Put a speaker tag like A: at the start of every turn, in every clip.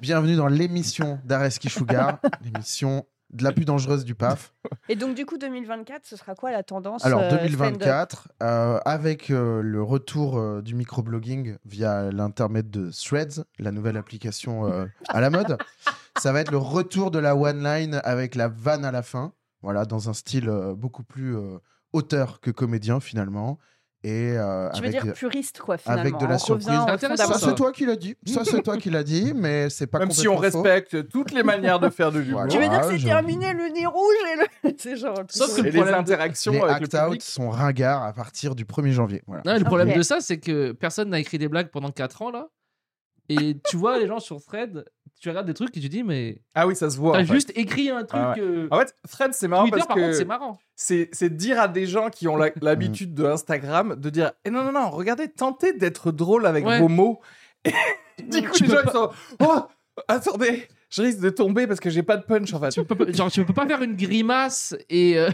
A: Bienvenue dans l'émission d'Areski Sugar, l'émission de la plus dangereuse du PAF.
B: Et donc, du coup, 2024, ce sera quoi la tendance
A: Alors
B: euh, stand-up
A: 2024, euh, avec euh, le retour euh, du microblogging via l'intermède de Threads, la nouvelle application euh, à la mode, ça va être le retour de la one line avec la vanne à la fin. Voilà, dans un style euh, beaucoup plus euh, auteur que comédien finalement. Et euh,
B: Tu veux
A: avec
B: dire puriste, quoi, finalement. hein,
A: avec de la
B: On
A: surprise.
B: revient aux
C: C'est intéressant,
A: ça
B: fondamentaux.
A: c'est toi qui l'as dit. Ça c'est toi qui l'as dit, mais c'est pas
D: Même si on
A: complètement faux.
D: respecte toutes les manières de faire de l'humour
A: Voilà.
B: Tu veux dire que
A: Ouais,
B: c'est
A: Ah, je-
B: terminé le nez rouge et le. c'est genre. le plus
C: Sauf que
B: horrible.
D: et les
C: problème de-
D: interactions
A: Les
D: avec le
A: act-out
D: public.
A: sont ringards à partir du 1er janvier. Voilà.
C: Non, le problème
B: Ok.
C: de ça, c'est que personne n'a écrit des blagues pendant 4 ans, là. Et tu vois, les gens sur Thread, tu regardes des trucs et tu dis, mais
D: Ah oui, ça se voit.
C: t'as
D: en fait.
C: juste écrit un truc.
D: Ah ouais.
C: euh,
D: En fait, Fred, c'est marrant
C: Twitter,
D: parce
C: par
D: que
C: contre, c'est marrant.
D: c'est c'est dire à des gens qui ont
A: Mm.
D: la- l'habitude de Instagram de dire eh non, non, non, regardez, tentez d'être drôle avec
C: Ouais.
D: vos mots. Et du coup,
C: Tu
D: les
C: peux
D: gens ils sont Oh, attendez, je risque de tomber parce que j'ai pas de punch en fait.
C: Tu peux, pas- genre, tu peux pas faire une grimace et, euh,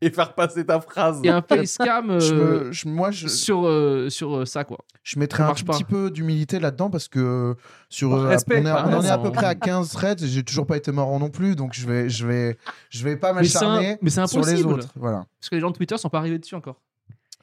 D: Et faire passer ta phrase.
C: et un facecam euh,
A: Je me- je- moi, je,
C: sur, euh, sur euh, ça, quoi.
A: Je mettrais
C: Ça
A: un
C: marche
A: tout
C: pas.
A: petit peu d'humilité là-dedans parce que sur
D: Bon,
A: euh,
D: respect,
A: on, est,
D: par
A: on en est à
C: exemple.
A: peu près à 15 threads et j'ai toujours pas été marrant non plus donc je vais je vais je vais pas
C: Mais c'est un-
A: m'acharner
C: mais c'est
A: sur les
C: impossible.
A: autres voilà.
C: Parce que les gens de Twitter sont pas arrivés dessus encore.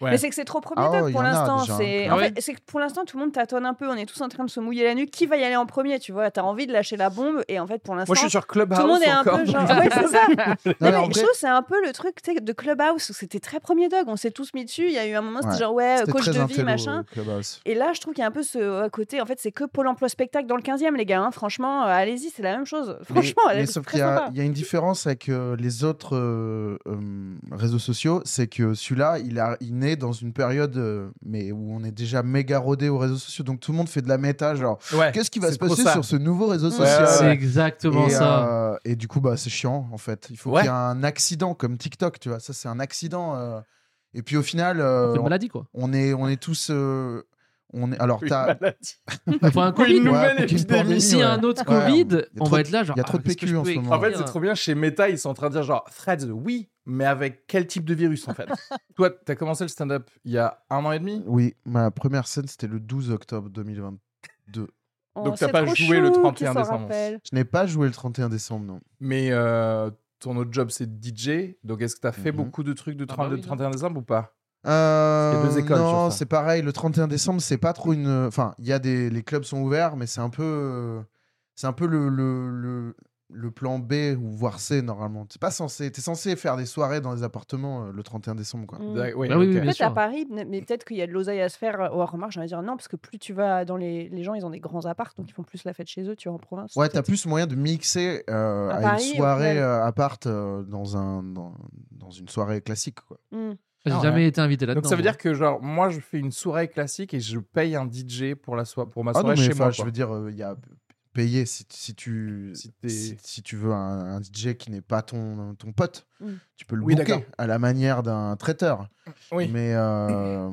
D: Ouais.
B: Mais c'est que c'est trop premier
A: Ah
B: toc
A: ouais,
B: pour
A: y en a
B: l'instant.
A: déjà, hein.
B: C'est
C: Ah
B: en
C: ouais.
B: fait, c'est que pour l'instant tout le monde tâtonne un peu. On est tous en train de se mouiller la nuque. Qui va y aller en premier Tu vois, t'as envie de lâcher la bombe et en fait pour l'instant
D: Moi, je suis sur Clubhouse.
B: tout le monde est un
D: encore,
B: peu
D: donc-
B: genre. Ouais, c'est ça.
A: Non,
B: Non,
A: mais en
B: mais je
A: vrai,
B: trouve que c'est un peu le truc tu sais, de Clubhouse où c'était très premier dog. On s'est tous mis dessus. Il y a eu un moment, c'était
A: Ouais.
B: genre ouais,
A: c'était
B: coach
A: très
B: de vie,
A: intello,
B: machin.
A: Clubhouse.
B: Et là, je trouve qu'il y a un peu ce euh, côté. En fait, c'est que Pôle emploi spectacle dans le 15e, les gars. hein. Franchement, euh, allez-y, c'est la même chose. Franchement,
A: mais,
B: elle
A: mais
B: est
A: sauf
B: très
A: qu'il y, a-
B: sympa.
A: il y a une différence avec euh, les autres euh, euh, réseaux sociaux, c'est que celui-là, il, a- il naît dans une période euh, mais où on est déjà méga rodé aux réseaux sociaux, donc tout le monde fait de la méta, genre
D: Ouais,
A: qu'est-ce qui va
D: c'est
A: se
D: trop
A: passer
D: ça.
A: sur ce nouveau réseau
B: Ouais,
A: social
D: ouais, ouais.
A: Euh,
C: exactement
A: et, euh, et du coup, bah, c'est chiant, en fait. Il faut
D: Ouais.
A: qu'il y ait un accident comme TikTok, tu vois. Ça, c'est un accident. euh. Et puis, au final,
C: C'est
A: euh,
C: une maladie, quoi.
A: on, est, on est tous. euh, on est... Alors,
D: Une
A: t'as-
D: maladie.
C: Enfin, un
D: Oui,
C: Covid.
D: une nouvelle
A: Ouais, aucune
D: épidémie.
A: pandémie,
C: S'il y a
A: ouais.
C: un autre
A: Ouais,
C: Covid,
A: y a
C: on
A: trop
C: va
A: de-
C: être là, genre.
A: y a trop de
C: ah, qu'est-ce que
A: PQ
C: je
A: en
C: peux
A: ce
C: écrire
A: moment.
D: En fait, c'est trop bien. Chez Meta, ils sont en train de dire genre, Fred, oui, mais avec quel type de virus en fait Toi, t'as commencé le stand-up il y a un an et demi
A: oui, ma première scène, c'était le 12 octobre 2022.
B: Oh,
D: Donc, t'as
B: c'est
D: pas
B: trop
D: joué le
B: chou
D: 31
B: qu'il s'en
D: décembre.
B: rappelle.
A: Je n'ai pas joué le 31 décembre, non.
D: Mais euh, ton autre job, c'est DJ. Donc, est-ce que tu as fait
A: Mhm.
D: beaucoup de
B: Ah
D: trucs de
C: bah
D: 30 de
C: oui, non.
D: 31 décembre ou pas
A: Euh,
D: Il y a deux écoles sur
A: non,
D: ça.
A: c'est pareil. Le 31 décembre, c'est pas trop une. Enfin, il y a des. Les clubs sont ouverts, mais c'est un peu. euh, C'est un peu le, le, le, le plan B ou voire C normalement. T'es pas censé. T'es censé faire des soirées dans les appartements euh, le 31 décembre, quoi.
B: Mm.
D: D'ac-
C: Bah oui,
D: ok.
C: oui, bien
B: Peut-être à
C: sûr.
B: Paris, mais mais peut-être qu'il y a de l'oseille à se faire euh, au remarque, j'allais dire non, parce que plus tu vas dans les... les gens, ils ont des grands apparts, donc ils font plus la fête chez eux, tu vois, en province.
A: Ouais, t'as
B: peut-être.
A: plus moyen de mixer euh,
B: À
A: à,
B: Paris, au
A: une soirée
B: final.
A: euh, à part euh, dans un dans, dans une soirée classique, quoi.
B: Mm.
C: J'ai
D: Ah ouais.
C: jamais été invité là-dedans.
D: Donc, ça veut
C: moi.
D: dire que, genre, moi, je fais une soirée classique et je paye un DJ pour, la so- pour ma
A: Ah
D: soirée
A: non, mais
D: chez moi.
A: enfin, je
D: quoi.
A: veux dire, il y a payer si, si tu
D: Si
A: si,
D: t'es-
A: si tu veux un, un DJ qui n'est pas ton ton pote,
B: Mm.
A: tu peux le
D: Oui, d'accord.
A: booker à la manière d'un traiteur.
D: Oui.
A: Mais, euh,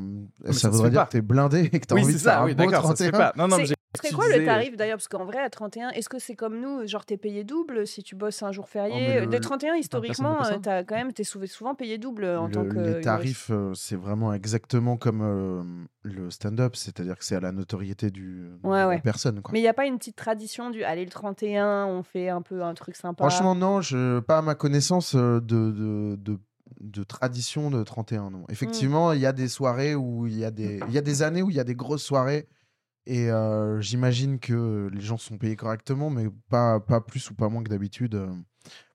D: ça
A: ça,
D: se
A: voudrait
D: fait
A: dire
D: pas.
A: que t'es blindé et que t'as
D: oui,
A: envie
D: c'est
A: de faire
D: ça,
A: un
D: oui,
A: bon
D: d'accord, ça se fait
A: 31.
D: pas. Non, non, mais
B: C'est-
D: j'ai-
B: C'est
D: tu
B: quoi le
D: disais-
B: tarif d'ailleurs Parce qu'en vrai, à 31, est-ce que c'est comme nous Genre, t'es payé double si tu bosses un jour
A: Oh, mais
B: férié euh,
A: le-
B: De 31,
C: personne
B: historiquement,
C: ne fait ça.
B: euh, t'as quand même, t'es sou- souvent payé double euh, en
A: Le-
B: tant que.
A: les
B: humoriste.
A: tarifs, euh, c'est vraiment exactement comme euh, le stand-up, c'est-à-dire que c'est à la notoriété du, de
B: Ouais,
A: la
B: ouais.
A: personne. Quoi.
B: Mais il n'y a pas une petite tradition du allez, le 31, on fait un peu un truc sympa.
A: Franchement, non, je, pas à ma connaissance euh, de, de, de, de tradition de 31. Non. Effectivement, il y a des soirées où il y, a des- il y a des années où il y a des grosses soirées. Et euh, j'imagine que les gens sont payés correctement, mais pas, pas plus ou pas moins que d'habitude. euh.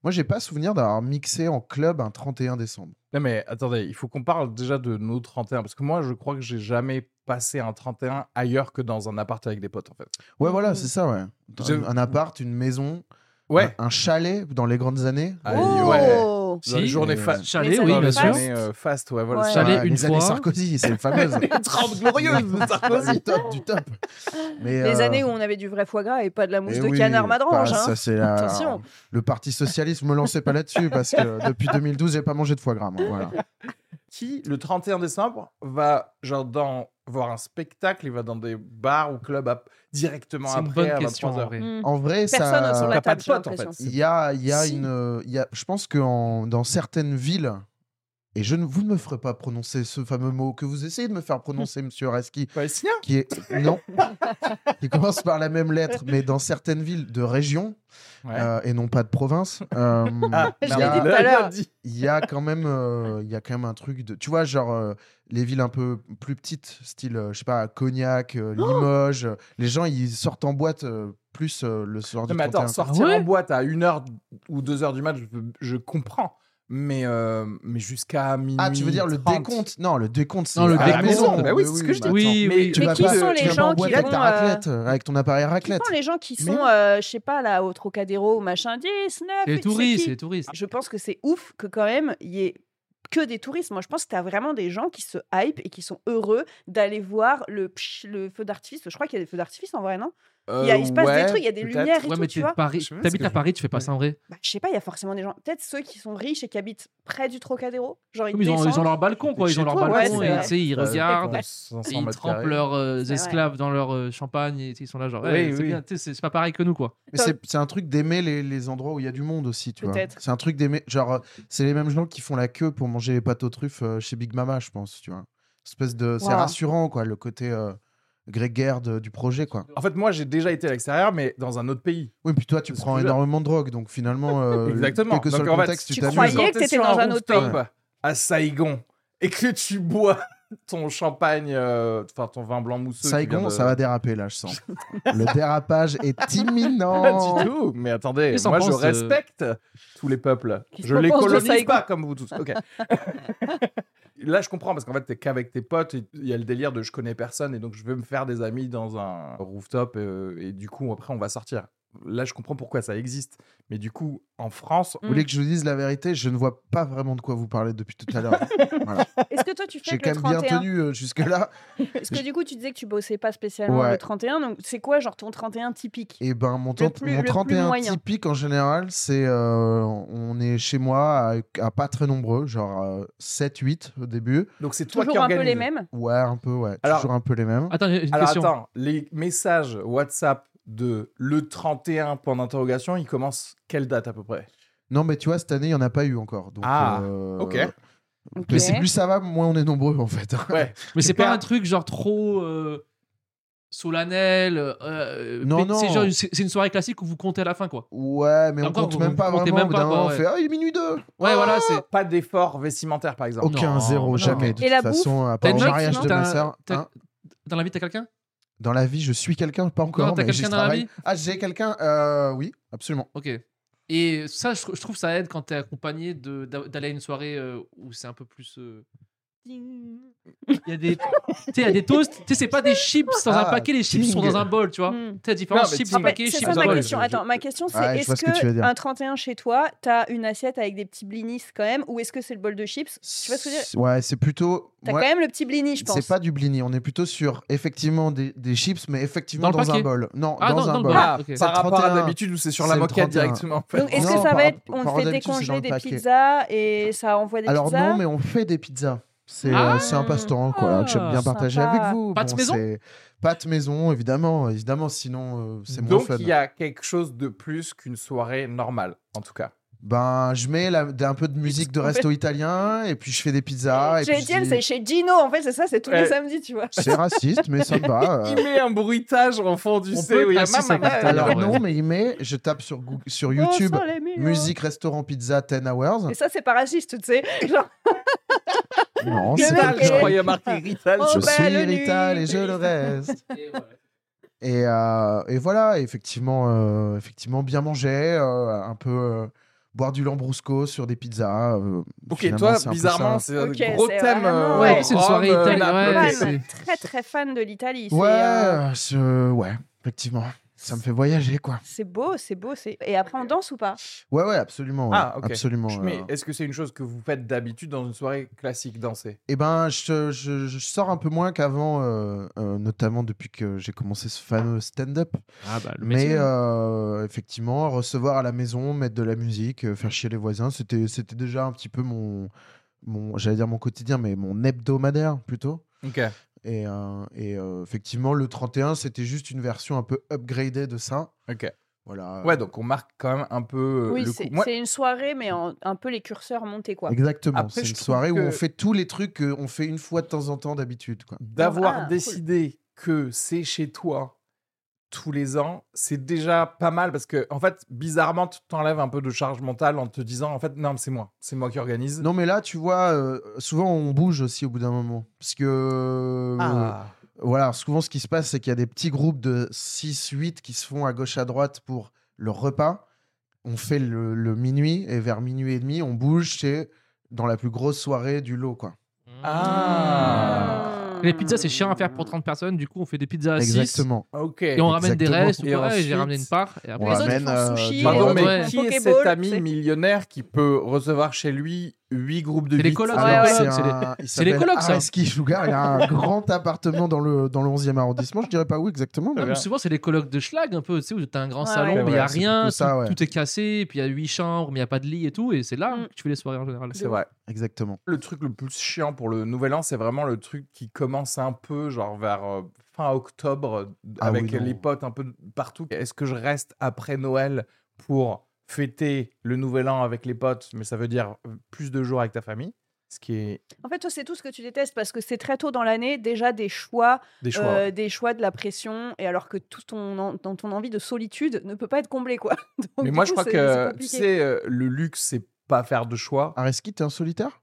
A: Moi, j'ai pas souvenir d'avoir mixé en club un 31 décembre.
D: Non, mais attendez, il faut qu'on parle déjà de nos 31. Parce que moi, je crois que j'ai jamais passé un 31 ailleurs que dans un appart avec des potes, en fait.
A: Ouais,
B: Mhm.
A: voilà, c'est ça, ouais.
D: Je-
A: Un, un appart, une maison,
D: Ouais.
A: un, un chalet dans les grandes années.
D: Ah,
B: Oh
D: ouais. Dans les
C: Si, euh,
D: journées
A: mais-
D: fa- Eh
C: Chalet,
B: Mais
C: oui,
D: dans les
C: bien sûr.
D: journées, euh, fast, ouais, voilà.
B: Ouais.
D: ça.
C: Chalet,
A: Ah,
C: une
A: les années
C: fois.
A: Sarkozy, c'est fameuse.
D: Trente glorieuses de Sarkozy.
A: du top, du top. Mais,
B: Les
A: euh,
B: années où on avait du vrai foie gras et pas de la mousse
A: Eh
B: de
A: oui,
B: canard madrange.
A: pas-
B: hein.
A: ça, c'est la-
B: Attention.
A: Le Parti Socialiste, me lancez pas là-dessus parce que euh, depuis 2012, j'ai pas mangé de foie gras. moi, voilà.
D: qui, le 31 décembre, va genre dans, voir un spectacle, il va dans des bars ou clubs à- directement
C: C'est une
D: après
C: bonne
D: à
C: question
D: 23
C: en
D: heures.
C: vrai.
B: Mm.
A: En vrai,
B: Personne
A: ça.
B: sur la
D: T'as pas
B: table,
D: de
B: j'ai
D: pote, en fait.
B: l'impression.
A: Il y a, il y a
D: Si.
A: une. euh, il Y a, je pense que en- dans certaines villes, et je ne vous ne me ferez pas prononcer ce fameux mot que vous essayez de me faire prononcer, monsieur Reski,
D: Palestinien
A: qui est. Non. qui commence par la même lettre, mais dans certaines villes de région,
D: Ouais.
A: euh, et non pas de province. euh,
B: Je
D: non,
B: l'ai
D: mais il
B: dit tout à
D: a
B: l'heure.
D: Ah, dit.
A: il y a quand même euh, il y a quand même un truc de tu vois genre euh, les villes un peu plus petites style euh, je sais pas Cognac euh, Limoges euh, les gens ils sortent en boîte euh, plus euh, le soir
D: Non,
A: du
D: mais attends,
A: 31.
D: sortir
C: Ah ouais
D: en boîte à 1h ou 2h du match, je, je comprends. Mais, euh, mais jusqu'à minuit.
A: ah tu veux dire le
D: 30.
A: décompte Ah, non le décompte c'est
C: Non,
A: à
C: le
A: la
C: décompte.
A: maison
D: Bah oui, c'est ce que je dis.
A: bah attends.
C: Oui,
D: mais
C: oui.
D: tu
A: tu
B: Mais
A: vas
B: qui
A: pas,
B: sont
A: tu
B: les
A: vas pas en
B: gens qui
A: boîte avec
B: vont,
A: ta
B: euh,
A: raclette euh, avec ton appareil
B: Qui
A: raclette
B: sont les gens qui
A: Mais
B: sont,
A: non.
B: euh, je sais pas, là, au Trocadéro, machin, 10, 9,
C: C'est les
B: je sais
C: touristes,
B: qui.
C: c'est les touristes.
B: Je pense que c'est ouf que quand même, il y ait que des touristes. Moi, je pense que tu as vraiment des gens qui se hype et qui sont heureux d'aller voir le, psh- le feu d'artifice. Je crois qu'il y a des feux d'artifice en vrai, non il, y a- il se passe
D: Euh,
B: des trucs, il y a des
D: peut-être.
B: lumières et
C: Ouais,
B: tout,
C: mais
B: tu
C: t'es
B: vois.
C: de Paris-
D: Je sais pas ce
C: t'habites
D: que
C: à Paris, tu fais pas ça en vrai.
B: Bah, je sais pas, il y a forcément des gens. Peut-être ceux qui sont riches et qui habitent près du Trocadéro. Genre, ils,
C: Comme Ils ont, ils ont
B: descendent.
C: leur balcon, quoi. Ils
D: Chez
C: ont leur
D: toi, ouais,
C: balcon
B: c'est
C: et
B: vrai.
C: tu sais, ils
D: Ouais.
C: regardent. et
D: 500
C: ils
D: mètres
C: trempent
D: carrés.
C: leurs euh,
B: C'est vrai.
C: esclaves dans leur euh, champagne et ils sont là, genre,
D: Oui,
C: eh, c'est
D: oui.
C: bien, tu sais, c'est c'est pas pareil que nous, quoi.
A: Mais c'est c'est un truc d'aimer les, les endroits où il y a du monde aussi, tu vois.
B: Peut-être.
A: C'est un truc d'aimer. Genre, euh, c'est les mêmes gens qui font la queue pour manger les pâtes aux truffes euh, chez Big Mama, je pense, tu vois. Espèce de. C'est
B: Wow.
A: rassurant, quoi, le côté euh, grégaire de- du projet, quoi.
D: En fait, moi, j'ai déjà été à l'extérieur, mais dans un autre pays.
A: Oui, puis toi, tu
D: C'est ce
A: prends
D: que je-
A: énormément de drogue, donc finalement, euh,
D: Exactement.
A: quel que soit
D: Donc,
A: le
D: en fait,
A: contexte,
B: tu
A: tu t'amuses.
B: croyais-
D: Quand
B: que
D: t'es
B: t'étais
D: sur
B: dans
D: un
B: un autre
D: rooftop À Saigon et que tu bois ton champagne, euh, enfin ton vin blanc mousseux. qui vient
A: Saigon,
D: de-
A: ça va déraper, là, je sens. le dérapage est
D: Pas
A: imminent.
D: du tout. Mais attendez,
C: Qu'est-ce qu'on
D: moi je
C: pense, euh,
D: respecte tous les peuples.
B: Qu'est-ce
D: Je
B: qu'on
D: les
B: pense de
D: colonise
B: Saigon
D: pas comme vous tous. Ok. Là, je comprends parce qu'en fait, t'es qu'avec tes potes. et Il y a le délire de je connais personne et donc je veux me faire des amis dans un rooftop euh, et du coup après on va sortir. Là, je comprends pourquoi ça existe. Mais du coup, en France,
B: Mm.
A: Vous voulez que je vous dise la vérité Je ne vois pas vraiment de quoi vous parlez depuis tout à l'heure. Voilà.
B: Est-ce que toi, tu fais
A: J'ai
B: le
A: quand même bien
B: 31
A: tenu euh, jusque-là.
B: Parce que du coup, tu disais que tu bossais pas spécialement
A: Ouais.
B: le 31. Donc, c'est quoi, genre, ton 31 typique
A: Et ben mon, tant-
B: plus-
A: mon
B: le plus
A: 31
B: moyen.
A: typique en général, c'est euh, on est chez moi à, à pas très nombreux, genre 7 8 au début.
D: donc c'est toi
B: Toujours
D: qui
B: un peu
D: organise.
B: les mêmes
A: Ouais, un peu ouais,
D: Alors-
A: toujours un peu les mêmes.
C: Attends, j'ai une
D: Alors
C: question.
D: attends, les messages WhatsApp de le 31 point d'interrogation, ils commencent quelle date à peu près
A: Non mais tu vois cette année, il y en a pas eu encore. Donc
D: Ah,
A: euh,
D: ok.
B: Ok.
A: Mais c'est plus ça va, moins on est nombreux en fait.
D: Ouais. Tu
C: Mais c'est pas
D: perds-
C: un truc genre trop. euh, solennel. euh, euh,
A: Non,
C: mais
A: non.
C: C'est genre une- c'est c'est une soirée classique où vous comptez à la fin, quoi.
A: Ouais, mais on
C: Encore,
A: compte
C: vous-
A: même pas
C: vous comptez
A: vraiment.
C: même
A: Au bout
C: pas,
A: d'un
C: quoi,
A: moment, on
C: ouais.
A: fait Ah, il est minuit 2
C: Ouais,
D: Oh
C: voilà, c'est.
D: Pas d'effort vestimentaire, par exemple.
A: Aucun
C: Non,
A: zéro,
C: non.
A: jamais. De
B: Et la
A: toute façon, à
C: T'as
A: part au
C: une meuf,
A: mariage de
C: t'as-
A: ma sœur.
C: t'as-
A: hein.
C: Dans la vie, t'as quelqu'un
A: Dans la vie, je suis quelqu'un, pas encore.
C: Non, t'as
A: mais j'y
C: quelqu'un dans la
A: travaille.
C: vie
A: Ah, j'ai quelqu'un euh, Oui, absolument.
C: Ok. Et ça, je, tr- je trouve ça aide quand t'es accompagné de- d'a- d'aller à une soirée euh, où c'est un peu plus. euh, Il y a des, tu sais, il y a des toasts. Tu sais, c'est pas des chips dans un
A: Ah,
C: paquet, les chips sont
A: ting.
C: dans un bol, tu vois. Tu
B: Hmm.
C: sais, la différence
D: Non, mais
C: chips
D: ting.
C: dans
B: En
C: un
D: Ah,
B: fait,
C: paquet,
B: c'est
C: chips
B: ça
C: dans
B: ma
C: un bol.
B: question.
D: je-
B: Attends, ma question c'est
A: Ouais, je
B: est-ce
A: vois ce que tu veux
B: que,
A: dire.
B: un 31 chez toi, t'as une assiette avec des petits blinis quand même, ou est-ce que c'est le bol de chips Tu vois ce que je veux dire
A: Ouais, c'est plutôt.
B: T'as
A: moi,
B: quand même le petit blini, je pense.
A: C'est pas du blini, on est plutôt sur effectivement des, des chips, mais effectivement
C: Dans
A: dans,
C: le
A: un
C: paquet
A: bol. Non,
C: Ah
A: dans
C: non,
A: un
C: dans le
A: bol.
C: bol. Ah, ok.
D: Par
A: C'est le
D: rapport à
A: 31.
D: d'habitude où c'est sur la
A: C'est le
D: moquette
A: 31.
D: directement.
B: Donc est-ce
A: Non,
B: que ça
A: par
B: va être,
A: rapport- par
B: on
A: rapport
B: fait
A: à d'habitude, c'est dans
B: décongeler
A: le
B: des
A: paquet.
B: pizzas et ça envoie des
A: Alors
B: pizzas
A: non, mais on fait des pizzas. C'est
C: Ah.
A: euh, c'est un passe-temps quoi, là, que j'aime bien
B: Sympa.
A: partager avec vous.
C: Pâtes Ah, maison
A: c'est- Pâtes maison, évidemment, évidemment, sinon euh, c'est moins
D: Donc
A: fun.
D: il y a quelque chose de plus qu'une soirée normale, en tout cas.
A: Ben, je mets la- un peu de musique de resto italien et puis je fais des pizzas. et
B: Chez
A: puis je
B: Etienne,
A: dis-
B: c'est chez Gino, en fait, c'est ça, c'est tous
D: Ouais.
B: les samedis, tu vois.
A: C'est raciste, mais ça me va. euh.
D: Il met un bruitage en fond du
C: On
D: C.
C: peut
D: où il y a
C: passer
D: ma-
C: sa
D: ma-
C: carte à
D: Alors,
A: Alors
C: Alors, ouais.
A: non, mais il met, je tape sur, Google-
B: Oh,
A: sur YouTube,
B: On sent les meilleurs.
A: musique, restaurant, pizza, 10 hours.
B: Et ça, c'est pas raciste, tu sais. Genre,
A: Non,
B: Le
A: c'est pas
D: Rital,
A: le
B: mec
D: je
B: est-
A: genre.
D: croyais marquer Rital.
B: Oh,
A: Je
B: bah,
A: suis
B: le
A: irritable
B: nul.
A: et je le reste.
C: Et voilà.
A: Et, euh, et voilà, effectivement, euh, effectivement bien manger, euh, un peu euh, boire du lambrusco sur des pizzas. euh,
D: Ok,
A: finalement,
D: toi,
A: c'est un peu
D: bizarrement,
A: ça.
D: c'est un
B: Ok,
D: gros
B: c'est
D: thème.
B: vraiment-
D: euh,
C: Ouais, c'est une
D: Rome,
C: soirée
D: euh,
C: italienne.
D: Naples.
C: Ouais,
B: fan,
C: c'est-
B: très très fan de l'Italie. c'est,
A: Ouais,
B: euh,
A: je- ouais, effectivement. Ça me fait voyager, quoi.
B: C'est beau, c'est beau. c'est- Et après, on danse ou pas
A: Ouais, ouais, absolument. ouais,
D: Ah, ok.
A: Absolument.
D: Mais
A: euh.
D: est-ce que c'est une chose que vous faites d'habitude dans une soirée classique danser
A: Eh ben, je, je- je sors un peu moins qu'avant, euh, euh, notamment depuis que j'ai commencé ce fameux stand-up.
C: Ah bah, le
A: Mais
C: métier.
A: euh, effectivement, recevoir à la maison, mettre de la musique, euh, faire chier les voisins, c'était c'était déjà un petit peu mon, mon j'allais dire mon quotidien, mais mon hebdomadaire plutôt.
D: Ok.
A: Et, euh, et, euh, effectivement, le 31, c'était juste une version un peu upgradée de ça.
D: Ok.
A: Voilà.
D: Ouais, donc on marque quand même un peu euh,
B: Oui,
D: le
B: c'est
D: coup. Moi,
B: c'est une soirée, mais en- un peu les curseurs montés, quoi.
A: Exactement.
D: Après,
A: C'est
D: je
A: une
D: trouve
A: soirée où
D: que-
A: on fait tous les trucs qu'on fait une fois de temps en temps d'habitude. quoi.
D: d'avoir
B: Ah, cool.
D: décidé que c'est chez toi tous les ans, c'est déjà pas mal parce que, en fait, bizarrement, tu t'enlèves un peu de charge mentale en te disant, en fait, non, mais c'est moi, c'est moi qui organise.
A: Non, mais là, tu vois, euh, souvent on bouge aussi au bout d'un moment. Parce que.
D: Ah.
A: voilà, souvent ce qui se passe, c'est qu'il y a des petits groupes de 6-8 qui se font à gauche à droite pour le repas. On fait le, le minuit et vers minuit et demi, on bouge, c'est dans la plus grosse soirée du lot, quoi.
D: Ah.
B: Mmh.
C: Les pizzas, c'est chiant à faire pour 30 personnes. Du coup, on fait des pizzas à 6.
A: Exactement.
D: Ok.
C: Et on ramène des
A: Exactement.
C: restes. ou
D: Et
C: pareil, J'ai
D: ensuite-
C: ramené une part. Et après,
A: On
B: les autres,
A: ramène,
B: ils font
A: euh,
B: sushi.
A: du-
D: Pardon,
C: Ouais.
D: mais
C: Ouais.
D: qui est
B: Pokéball,
D: cet ami
B: c'est-
D: millionnaire qui peut recevoir chez lui huit groupes de
C: C'est les
D: huit
C: colocs,
D: alors
B: ouais, ouais.
A: c'est
C: ouais, c'est
A: un- il
C: c'est les
A: s'appelle
C: colocs, ça.
A: Areski Sugar, il a un grand appartement dans le, dans le 11e arrondissement. Je dirais pas où exactement. mais-
D: Ouais,
C: Ou souvent, c'est les colloques de Schlag, un peu, tu sais, où t'as un grand
B: Ouais,
C: salon,
B: ouais.
C: mais il n'y a
A: Ouais, c'est
C: rien,
A: plutôt ça,
C: tout,
A: ouais.
C: tout est cassé, et puis il y a huit chambres, mais il n'y a pas de lit et tout, et c'est là
B: Mm.
C: que tu fais les soirées en général.
D: C'est vrai.
A: Exactement.
D: Le truc le plus chiant pour le nouvel an, c'est vraiment le truc qui commence un peu, genre vers euh, fin octobre, euh,
A: Ah
D: avec
A: oui, non.
D: les potes un peu partout. Est-ce que je reste après Noël pour fêter le nouvel an avec les potes, mais ça veut dire euh, plus de jours avec ta famille Ce qui est
B: En fait, toi, c'est tout ce que tu détestes parce que c'est très tôt dans l'année déjà des choix,
D: des choix.
B: euh, des choix de la pression, et alors que tout ton, en- dans ton envie de solitude ne peut pas être comblée, quoi. Donc,
D: mais
B: du
D: moi, je
B: coup,
D: crois
B: c'est-
D: que,
B: c'est
D: tu
B: compliqué.
D: sais, euh, le luxe, c'est pas faire de choix.
A: Areski, t'es un solitaire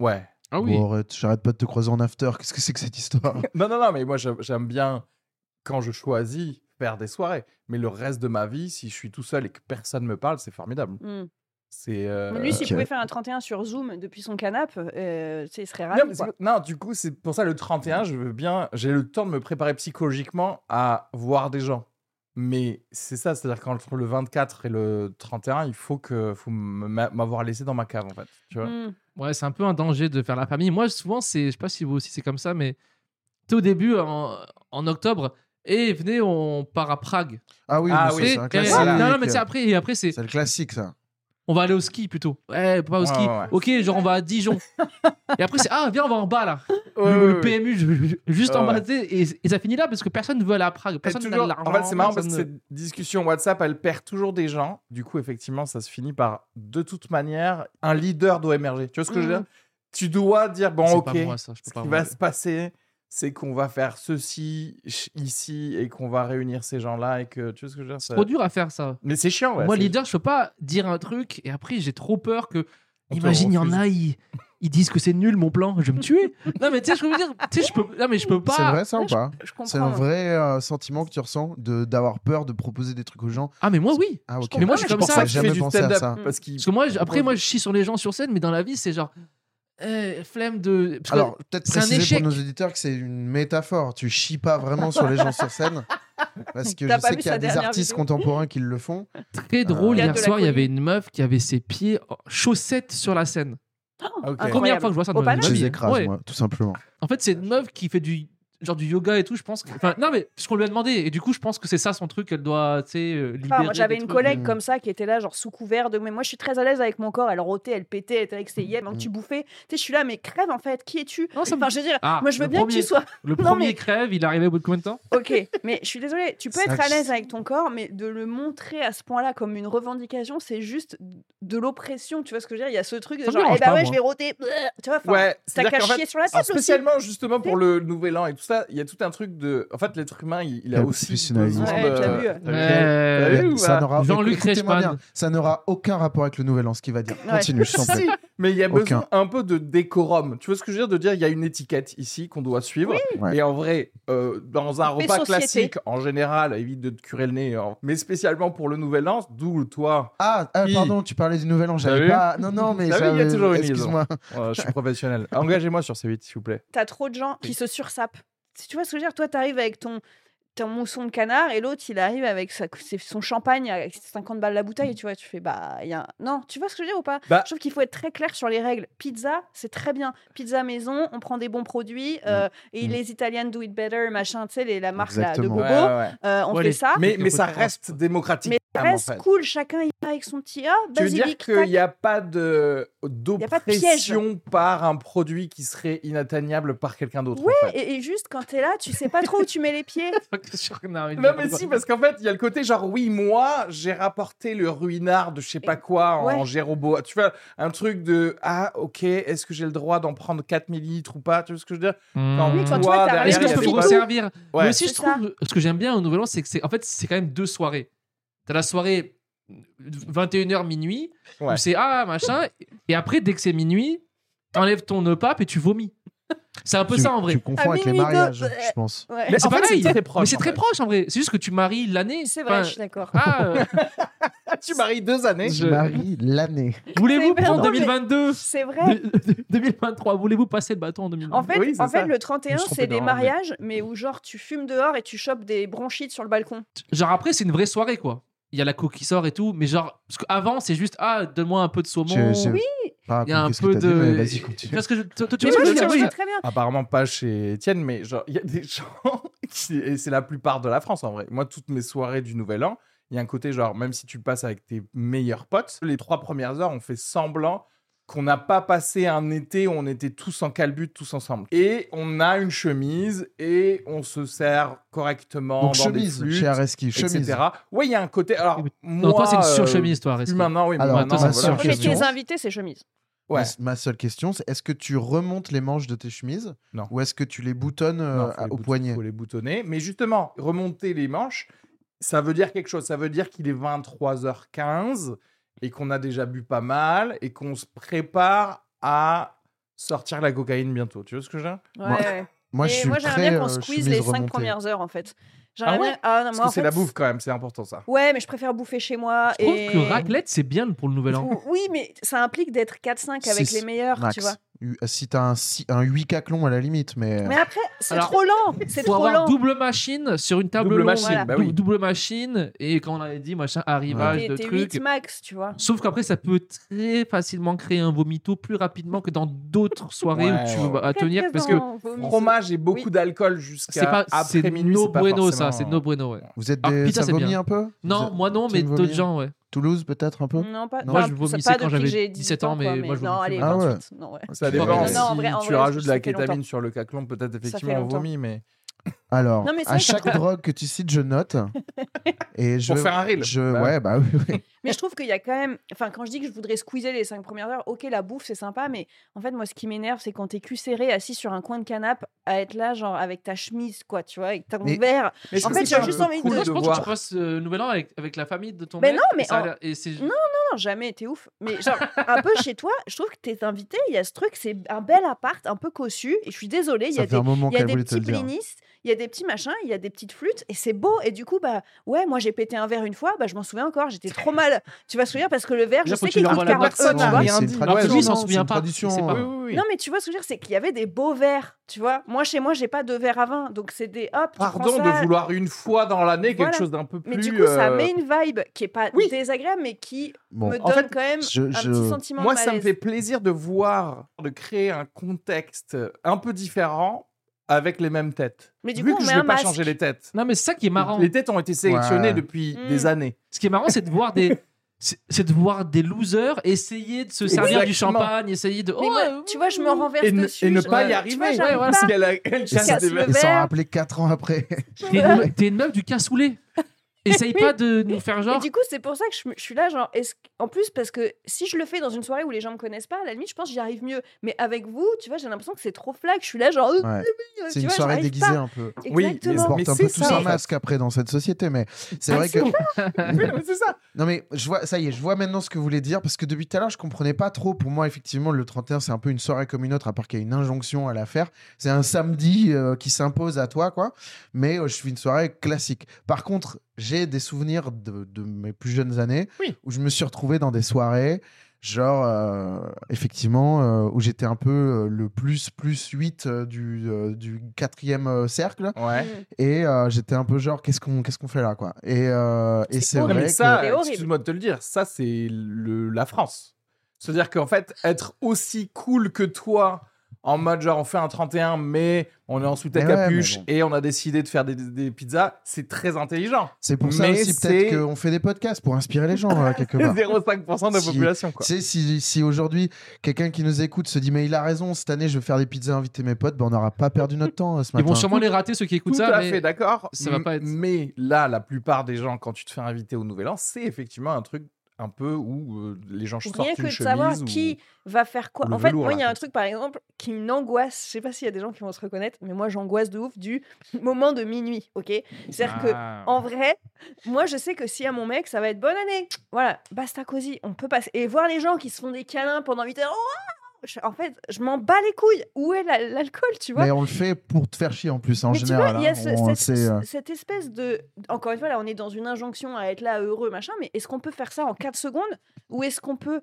D: Ouais.
C: Ah oui.
A: Bon, arrête, j'arrête pas de te croiser en after. Qu'est-ce que c'est que cette histoire
D: Non, non, non, mais moi j'aime- j'aime bien quand je choisis faire des soirées. Mais le reste de ma vie, si je suis tout seul et que personne me parle, c'est formidable.
B: Mm.
D: C'est. euh,
B: Mais Lui, s'il
A: ok.
B: pouvait faire un 31 sur Zoom depuis son canapé, euh, tu sais, il serait
D: non,
B: ravi.
D: mais
B: quoi.
D: c'est- non, du coup, c'est pour ça le 31, je veux bien. J'ai le temps de me préparer psychologiquement à voir des gens. Mais c'est ça, c'est-à-dire qu'entre le 24 et le 31, il faut que faut m- m'avoir laissé dans ma cave, en fait. Tu vois
B: Mm.
C: Ouais, c'est un peu un danger de faire la famille. Moi, souvent, c'est, je sais pas si vous aussi c'est comme ça, mais tu sais, au début, en, en octobre, et venez, on part à Prague.
A: Ah oui,
D: Ah
A: mais ça,
D: oui,
C: Et-
A: c'est un
C: et-
A: classique.
C: non,
D: Euh,
C: non, mais c'est après, et après, c'est,
A: C'est le classique, ça.
C: on va aller au ski plutôt. Ouais, pas au
D: Ouais,
C: ski.
D: ouais, ouais.
C: Ok, genre, on va à Dijon. et après, c'est, ah, viens, on va en bas là. le, le PMU, je- juste en
D: Ouais.
C: bas, tu sais, et, et ça finit là parce que personne ne veut aller à Prague.
D: Et
C: Personne n'a
D: toujours-
C: de l'argent.
D: en fait, c'est marrant parce que
C: personne
D: cette discussion WhatsApp, elle perd toujours des gens. Du coup, effectivement, ça se finit par, de toute manière, un leader doit émerger. Tu vois ce que je veux
B: Mhm.
D: dire Tu dois dire, bon,
C: Mm. C'est
D: ok,
C: pas moi, ça. Je peux
D: ce
C: pas
D: qui
C: moi.
D: va se passer, c'est qu'on va faire ceci ch- ici et qu'on va réunir ces gens-là et que tu vois ce que je veux dire
C: C'est
D: ça-
C: trop dur à faire ça.
D: Mais c'est chiant. Ah ouais,
C: Moi,
D: c'est-
C: leader, je peux pas dire un truc et après, j'ai trop peur que.
D: on te
C: Imagine, il y en
D: refuse.
C: a, ils, ils disent que c'est nul mon plan, je vais me tuer. non, mais tu sais, je peux dire. Tu sais, je peux. Non, mais Bah, je peux pas.
A: C'est vrai ça ou
B: Ouais,
A: pas
B: Je
A: C'est un
B: comprends. hein.
A: vrai euh, sentiment que tu ressens de d'avoir peur de proposer des trucs aux gens.
C: Ah, mais moi, oui.
A: Ah ok.
C: Mais moi, je
D: Ouais, c'est
C: suis comme
D: pour
C: ça.
D: ça que
A: j'ai
D: je fais
A: jamais
D: du
A: pensé à
D: stand-up
A: ça.
D: parce qu'il
C: Parce que moi, je- après, moi, je chie sur les gens sur scène, mais dans la vie, c'est genre. eh, flemme de. parce que-
A: Alors peut-être
C: c'est un
A: préciser
C: échec.
A: pour nos auditeurs que c'est une métaphore. Tu chies pas vraiment sur les gens sur scène parce que
B: T'as
A: je
B: pas
A: sais
B: vu
A: qu'il y a
B: sa
A: des
B: dernière
A: artistes
B: vidéo
A: contemporains qui le font.
C: très drôle.
B: Garde
C: Hier
B: euh, de la
C: soir, il y
B: colline.
C: avait une meuf qui avait ses pieds en chaussettes sur la scène.
D: Ok.
B: Incroyable.
C: Première fois que je vois ça dans
B: Au
C: ma
B: panache
A: Je
C: vie.
A: les écrase
C: Ouais.
A: moi, tout simplement.
C: En fait, c'est une meuf qui fait du genre du yoga et tout, je pense. que- Enfin, non, mais ce qu'on lui a demandé. Et du coup, je pense que c'est ça son truc. Elle doit, tu sais, euh, libérer.
B: Enfin, moi, j'avais
C: des
B: une
C: trucs.
B: collègue
A: Mm.
B: comme ça qui était là, genre sous couvert de. Mais moi, je suis très à l'aise avec mon corps. Elle rotait, elle pétait, elle était avec
C: Mmh.
B: ses yeux, donc tu bouffais. Tu sais, je suis là, mais crève en fait, qui es-tu
C: Non, ça me-
B: Enfin, je veux dire,
C: Ah,
B: moi, je veux
C: le
B: bien que
C: premier-
B: tu sois.
C: Le
B: Non,
C: premier
B: mais-
C: crève, il est arrivé au bout de combien de temps
B: Ok, mais je suis désolée, tu peux
A: Ça,
B: être à
A: je-
B: l'aise avec ton corps, mais de le montrer à ce point-là comme une revendication, c'est juste de l'oppression. Tu vois ce que je veux dire Il y a ce truc de
C: Ça me
B: genre, eh
C: dérange
B: bah
C: pas,
B: ouais,
C: moi.
B: je vais roter. bleh, Tu vois, enfin,
D: Ouais,
B: t'as
D: c'est-à-dire
B: qu'à
D: qu'en fait-
B: chier sur la
D: Alors,
B: table aussi. hein.
D: spécialement justement pour le nouvel an et tout ça, il y a tout un truc de. En fait, l'être humain, il, il a
A: Quel
D: aussi euh, besoin
A: professionnalisme.
B: Ouais,
D: de.
B: t'as vu.
D: T'as vu
C: Ouais.
D: T'as vu ou
A: ça
D: pas
A: n'aura
C: Jean-Luc
A: écoutez-moi
C: Reichmann.
A: bien, ça n'aura aucun rapport avec le nouvel an, ce qu'il va dire.
B: Ouais.
A: Continue, je t'en prie.
D: Si, mais il y a besoin
A: Aucun.
D: un peu de décorum. Tu vois ce que je veux dire De dire, il y a une étiquette ici qu'on doit suivre.
A: Ouais.
D: Et en vrai, euh, dans un
B: On fait
D: repas
B: société.
D: classique, en général, évite de te curer le nez. hein. Mais spécialement pour le Nouvel An, d'où toi.
A: Ah, ah,
D: Oui.
A: pardon, tu parlais du nouvel an,
D: T'as
A: j'avais
D: vu
A: pas. Non, non, mais
D: T'as vu, il y a
A: j'avais-
D: toujours une liaison.
A: Excuse-moi.
D: Euh, je suis professionnel. Engagez-moi sur C8, s'il vous plaît.
B: T'as trop de gens qui se sursapent. Si tu vois ce que je veux dire, toi, t'arrives avec ton ton mousson de canard et l'autre il arrive avec sa- c'est son champagne à 50 balles la bouteille tu vois tu fais bah il y a un- non tu vois ce que je veux dire ou pas
D: Bah-
B: je trouve qu'il faut être très clair sur les règles pizza c'est très bien pizza maison on prend des bons produits
D: Mmh.
B: euh, et
A: Mm.
B: les italiennes do it better machin tu sais les- la marque là, de
A: Exactement.
B: Bobo
D: Ouais, ouais, ouais.
B: Euh, on
C: Ouais, les-
B: fait ça
D: Mais,
C: Donc,
D: mais
C: faut
D: ça
C: faire-
D: reste démocratique.
B: mais
D: en
B: reste
D: fait.
B: cool chacun y va avec son petit A
D: Tu veux dire
B: basilic
D: qu'il
B: tac.
D: n'y a pas de
B: Y a pas de piège.
D: d'oppression par un produit qui serait inatteignable par quelqu'un d'autre. en
B: Ouais,
D: fait.
B: et, et juste quand t'es là tu sais pas trop où tu mets les pieds
D: Non mais si parce qu'en fait il y a le côté genre oui moi j'ai rapporté le ruinard de je sais pas quoi en
B: Ouais.
D: Géroboa tu vois un truc de ah ok est-ce que j'ai le droit d'en prendre 4 millilitres ou pas tu vois ce que je veux dire Non,
B: Oui, quand
D: toi,
B: vois, t'as
D: derrière,
C: Est-ce
B: rien
C: que
D: il y
C: je peux
D: avait
B: fait
C: vous
D: pas-
B: tout.
C: servir
D: Ouais.
C: Mais aussi, je
B: C'est ça.
C: trouve, ce que j'aime bien au Nouvel An, c'est que c'est en fait, c'est quand même deux soirées. T'as la soirée 21h minuit,
D: Ouais.
C: où c'est ah machin, et après, dès que c'est minuit, t'enlèves ton E nœud pape et tu vomis. C'est un peu
A: Tu-
C: ça en vrai.
A: Tu confonds
B: À
A: avec les
B: minuit,
A: mariages,
B: deux-
A: je pense.
B: Ouais.
C: Mais c'est
D: en fait,
C: pareil.
D: Bah, c'est très proche,
C: Mais c'est
D: en
C: très
D: fait.
C: proche en vrai. C'est juste que tu maries l'année.
B: c'est vrai
C: Enfin,
B: je suis d'accord
C: Ah, euh,
D: Ah, tu maries deux années
C: Je-
A: Marie, l'année.
C: voulez-vous
B: C'est
C: pour
B: hyper drôle,
C: 2022
B: c'est vrai
C: de- de- 2023, voulez-vous passer le bâton en 2022
B: En fait,
D: Oui, c'est
B: en
D: ça.
B: fait le
D: Je
B: 31,
D: me suis trompé
B: c'est
D: de
B: des
D: rang, mais-
B: mariages, mais où genre tu fumes dehors et tu chopes des bronchites sur le balcon.
C: Genre après, c'est une vraie soirée, quoi. Il y a la co qui sort et tout, mais genre, parce qu'avant, c'est juste, ah, donne-moi un peu de
A: J'ai-
C: saumon.
A: j'ai
B: Oui.
A: pas
C: Il y a un
A: compris ce
C: peu
A: que t'as
C: de.
A: dit, mais Vas-y, continue.
C: Parce que je- toi, toi, tu
B: mais
C: vois
B: moi,
C: ce
B: je
C: que je veux
B: trouve
C: dire
B: ça très bien.
D: apparemment pas chez Étienne mais genre il y a des gens qui- et c'est la plupart de la France en vrai moi toutes mes soirées du Nouvel An il y a un côté genre même si tu passes avec tes meilleurs potes les trois premières heures on fait semblant qu'on n'a pas passé un été où on était tous en calbute tous ensemble et on a une chemise et on se sert correctement
A: Donc
D: dans
A: chemise,
D: des flûtes,
A: chez Areski, chemise.
D: etc ouais il y a un côté alors
C: Oui,
D: moi
C: Non, toi, c'est une
D: euh,
C: surchemise, toi,
D: plus
C: reste.
D: maintenant oui mais
A: Alors,
D: maintenant, bah
A: ma
D: voilà.
A: sœur-
B: Mais
A: question.
B: tes invités, c'est chemise.
D: ouais.
A: Ma- Ma seule question, c'est est-ce que tu remontes les manches de tes chemises
D: Non.
A: ou est-ce que tu les boutonnes euh,
D: Non, faut
A: à-
D: les
A: au
D: bouton-
A: poignet
D: faut les boutonner. Mais justement, remonter les manches, ça veut dire quelque chose. Ça veut dire qu'il est 23h15 et qu'on a déjà bu pas mal et qu'on se prépare à sortir la cocaïne bientôt. Tu vois ce que je veux dire
B: Ouais.
A: Moi-
B: ouais.
A: Moi, je
B: Et
A: suis
B: moi,
A: très
B: j'aimerais bien qu'on
A: euh,
B: squeeze
A: chemise
B: les cinq
A: remontée.
B: premières heures, en fait.
D: Ah
B: J'aimerais
D: ouais
B: bien- ah, non,
D: Parce
B: moi,
D: que
B: en
D: c'est
B: fait,
D: la bouffe quand même, c'est important ça.
B: Ouais, mais je préfère bouffer chez moi.
C: Je trouve
B: et...
C: que raclette, c'est bien pour le nouvel an.
B: Ou- Oui, mais ça implique d'être 4-5 avec
A: Six,
B: les meilleurs,
A: Max.
B: tu vois.
A: U- Si t'as un, si- un 8 caclon à la limite, mais.
B: Mais après, c'est
C: Alors,
B: trop lent. C'est
C: Faut
B: trop
C: avoir
B: lent.
C: double machine sur une table
D: Double
C: longue.
D: machine,
B: voilà.
D: bah
C: Dou-
D: oui.
C: Double machine, et quand on avait dit, machin, arrivage
B: T'es
C: de
B: t'es
C: trucs.
B: 8 max, tu vois.
C: Sauf qu'après, ça peut très facilement créer un vomito plus rapidement que dans d'autres
D: Ouais,
C: soirées où tu
D: ouais,
C: veux
D: ouais.
C: à tenir. Parce que
D: Fromage et beaucoup
B: Oui.
D: d'alcool
C: c'est
D: jusqu'à
C: pas.
D: après
C: C'est
D: minuit.
C: no
D: c'est pas
C: bueno, ça. C'est
D: forcément-
C: no bueno, ouais.
A: Vous êtes
C: Ah,
A: des.
C: pizza,
A: ça
C: c'est
A: vomit
C: bien.
A: un peu
C: Non,
A: Vous êtes-
C: moi non,
A: tu
C: mais
A: aimes
C: d'autres
A: vomir
C: gens, ouais.
A: Toulouse, peut-être un peu
B: Non, pas.
A: Non.
C: Moi,
B: enfin,
C: je vomis,
B: pas
C: c'est quand
B: depuis
C: j'avais
B: que j'ai
C: 17 ans,
B: quoi,
C: mais moi, je Ah
B: non,
C: vomis
B: allez,
C: tous
A: les
B: 28. Non, ouais.
D: Ça
A: Ok.
D: dépend.
A: Ouais.
D: si
B: Non, en vrai- en
D: tu
B: vrai,
D: rajoutes
B: ça
D: de la
B: fait longtemps.
D: kétamine sur le caclon, peut-être effectivement on
B: longtemps.
D: vomit, mais
A: Alors,
B: Non, mais c'est
A: à
B: vrai, ça
A: chaque
B: prend-
A: drogue que tu cites, je note. et je,
D: Pour faire un reel.
A: je,
D: Bah.
A: ouais, bah oui, oui.
B: Mais je trouve qu'il y a quand même. Enfin, quand je dis que je voudrais squeezer les cinq premières heures, ok, la bouffe, c'est sympa, mais en fait, moi, ce qui m'énerve, c'est quand t'es cul serré, assis sur un coin de canapé, à être là, genre, avec ta chemise, quoi, tu vois, avec ton
A: Mais-
B: verre.
D: Mais
B: En
D: je
B: fait,
D: trouve
B: j'ai
D: ça
B: juste
D: un peu
B: envie de-
D: cool
B: Non,
C: Moi,
D: de,
C: je pense que
D: voir.
C: tu passes euh, Nouvel An avec, avec la famille de ton
B: Mais
C: mec,
B: non, mais
C: ça a
B: en-
C: l'air- et c'est
B: Non, Non, jamais, t'es ouf. Mais genre, un peu chez toi, je trouve que t'es invité, il y a ce truc, c'est un bel appart, un peu cossu, et je suis désolée, il y
A: Ça
B: a
A: fait
B: des
A: un moment
B: Il y a
A: qu'elle
B: des
A: voulait te
B: petits
A: le dire.
B: blinis, il y a des petits machins, il y a des petites flûtes, et c'est beau. Et du coup, bah ouais, moi j'ai pété un verre une fois, bah je m'en souviens encore, j'étais trop mal. Tu vas se souvenir parce que le verre, je
C: Là, faut
B: sais
C: que tu
B: qu'il
C: lui
B: coûte
C: renvoies la
B: 40
C: personne,
B: euros, tu
C: hein,
B: vois.
C: mais
A: c'est
C: c'est
A: une
C: une
A: tradition.
C: tradition,
A: Non,
C: il s'en
A: c'est
C: souvient
A: une
C: pas.
A: tradition. hein.
C: Il sait pas.
D: Ah Oui, oui, oui.
B: Non, mais tu vois ce que je veux dire, c'est qu'il y avait des beaux verres, tu vois. Moi chez moi, j'ai pas de verre à vin, donc c'est des hop. tu prends
D: Pardon
B: ça.
D: de vouloir une fois dans l'année quelque
B: Voilà.
D: chose d'un peu plus.
B: Mais du coup, ça
D: euh,
B: met une vibe qui est pas
D: Oui.
B: désagréable, mais qui
A: Bon,
B: me
D: en
B: donne
D: fait,
B: quand même
A: je-
B: un
A: je-
B: petit sentiment
D: Moi,
B: de
D: ça me
B: malaise.
D: fait plaisir de voir, de créer un contexte un peu différent avec les mêmes têtes.
B: Mais du
D: Vu
B: coup,
D: que
B: on
D: je
B: met
D: vais
B: un
D: pas
B: masque.
D: changer les têtes.
C: Non, mais c'est ça qui est marrant.
D: Les têtes ont été sélectionnées
A: Ouais.
D: depuis
B: Mm.
D: des années.
C: Ce qui est marrant, c'est de voir des. C'est c'est de voir des losers essayer de se servir du
D: Exactement.
C: champagne, essayer de.
B: Mais
C: Oh,
B: moi,
C: euh,
B: tu vois, je me renverse
D: Et ne,
B: dessus.
D: et ne
B: je-
D: pas y
B: tu
D: arriver.
B: vois, j'arrive
C: Ouais,
D: Parce
B: pas.
D: qu'elle a- elle
A: Et
D: chasse
B: casse
D: des
B: le
D: verres.
B: verre.
A: Ils s'en rappelaient 4 ans après.
C: T'es une, me- t'es une meuf du cassoulet. Essaye pas de nous faire
B: Et
C: genre.
B: du coup, c'est pour ça que je, me- je suis là, genre, est-ce que- en plus, parce que si je le fais dans une soirée où les gens me connaissent pas, à la limite, je pense que j'y arrive mieux. Mais avec vous, tu vois, j'ai l'impression que c'est trop flac. Je suis là, genre,
A: Ouais.
B: euh, tu vois,
A: C'est une
B: j'arrive
A: soirée
B: pas.
A: déguisée un peu.
D: Oui, mais
A: Ils
D: Non,
B: Exactement.
D: mais
A: portent un
D: c'est
A: peu tous
D: ça, en
A: un
D: fait.
A: masque après dans cette société, mais c'est
B: Ah,
A: vrai que
B: c'est
D: Oui, non, mais c'est ça.
A: Non mais je vois, ça y est, je vois maintenant ce que vous voulez dire parce que depuis tout à l'heure je comprenais pas trop. Pour moi effectivement le 31 c'est un peu une soirée comme une autre à part qu'il y a une injonction à la faire. C'est un samedi euh, qui s'impose à toi quoi. Mais euh, je suis une soirée classique. Par contre j'ai des souvenirs de, de mes plus jeunes années
D: Oui.
A: où je me suis retrouvé dans des soirées genre euh, effectivement euh, où j'étais un peu euh, le plus plus 8 euh, du, euh, du quatrième euh, cercle
D: Ouais.
B: Mm.
A: et euh, j'étais un peu genre qu'est-ce qu'on qu'est-ce qu'on fait là quoi. Et, euh, et
B: C'est
A: c'est
D: Non,
A: vrai
D: mais
A: que-
D: ça,
B: C'est horrible.
D: excuse-moi de te le dire, ça, c'est le- la France. C'est-à-dire qu'en fait, être aussi cool que toi, en mode genre on fait un 31, mais on est en sous à
A: Mais ouais, mais
D: capuche
A: bon.
D: et on a décidé de faire des, des pizzas, c'est très intelligent.
A: C'est pour ça
D: Mais
A: aussi
D: c'est-
A: peut-être qu'on fait des podcasts pour inspirer les gens euh, quelque part.
D: 0,5% de la
A: Si-
D: population, quoi.
A: Tu sais, si, si aujourd'hui quelqu'un qui nous écoute se dit mais il a raison, cette année je vais faire des pizzas inviter mes potes, ben, on n'aura pas perdu notre temps euh, ce
C: Ils
A: matin.
C: vont sûrement les rater ceux qui écoutent
D: Tout
C: ça.
D: à
C: mais-
D: fait d'accord.
C: ça va pas être-
D: Mais là, la plupart des gens, quand tu te fais inviter au Nouvel An, c'est effectivement un truc un peu où euh, les gens sortent
B: Rien
D: une
B: que de
D: chemise.
B: savoir
D: ou-
B: qui va faire quoi.
D: ou le
B: En fait,
D: velours,
B: moi,
D: là,
B: il y a
D: quoi.
B: un truc, par exemple, qui m'angoisse. Je sais pas s'il y a des gens qui vont se reconnaître, mais moi, j'angoisse de ouf du moment de minuit, ok C'est-à-dire que
D: Ah.
B: En vrai, moi je sais que si à mon mec, ça va être bonne année. Voilà, basta cosy, on peut passer. Et voir les gens qui se font des câlins pendant 8 heures, Ouah Je- en fait, je m'en bats les couilles. Où est la- l'alcool, tu vois
A: Mais on le fait pour te faire chier en plus en
B: Mais tu vois,
A: général.
B: il y a
A: hein.
B: ce-
A: On-
B: cette,
A: c'est, euh,
B: cette espèce de. Encore une fois, là, on est dans une injonction à être là heureux, machin, mais est-ce qu'on peut faire ça en 4 secondes Ou est-ce qu'on peut.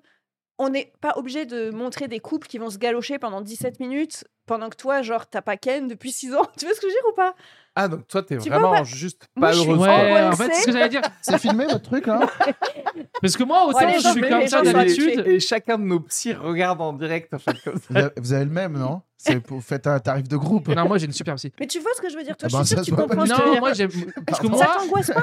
B: On n'est pas obligé de montrer des couples qui vont se galocher pendant 17 minutes pendant que toi, genre, t'as pas Ken depuis 6 ans. Tu vois ce que je veux dire ou pas
D: Ah, donc toi, t'es
B: Tu
D: vraiment
B: vois, moi-
D: juste
B: moi,
D: pas
B: je suis
D: heureux.
C: Ouais,
B: Angoissé.
C: en fait, c'est ce que j'allais dire.
A: C'est filmé votre truc hein là
C: Parce que moi, autant
B: Ouais, les
C: je
B: gens-
C: suis
B: mais
C: comme
B: les
C: ça
B: gens sont
C: d'habitude.
D: Et chacun de nos psys regarde en direct. En fait, comme ça.
A: vous, avez, vous avez le même, non C'est pour- Vous faites un tarif de groupe.
C: Non, moi j'ai une super psy.
B: Mais tu vois ce que je veux dire Toi,
A: Ah ben,
B: je suis sûre
A: ça
B: que tu
A: se voit pas
B: comprends
A: du
B: ce que je veux
C: Non,
B: dire.
C: moi j'aime. Parce que
A: Pardon.
B: Ça
C: moi,
B: t'angoisse pas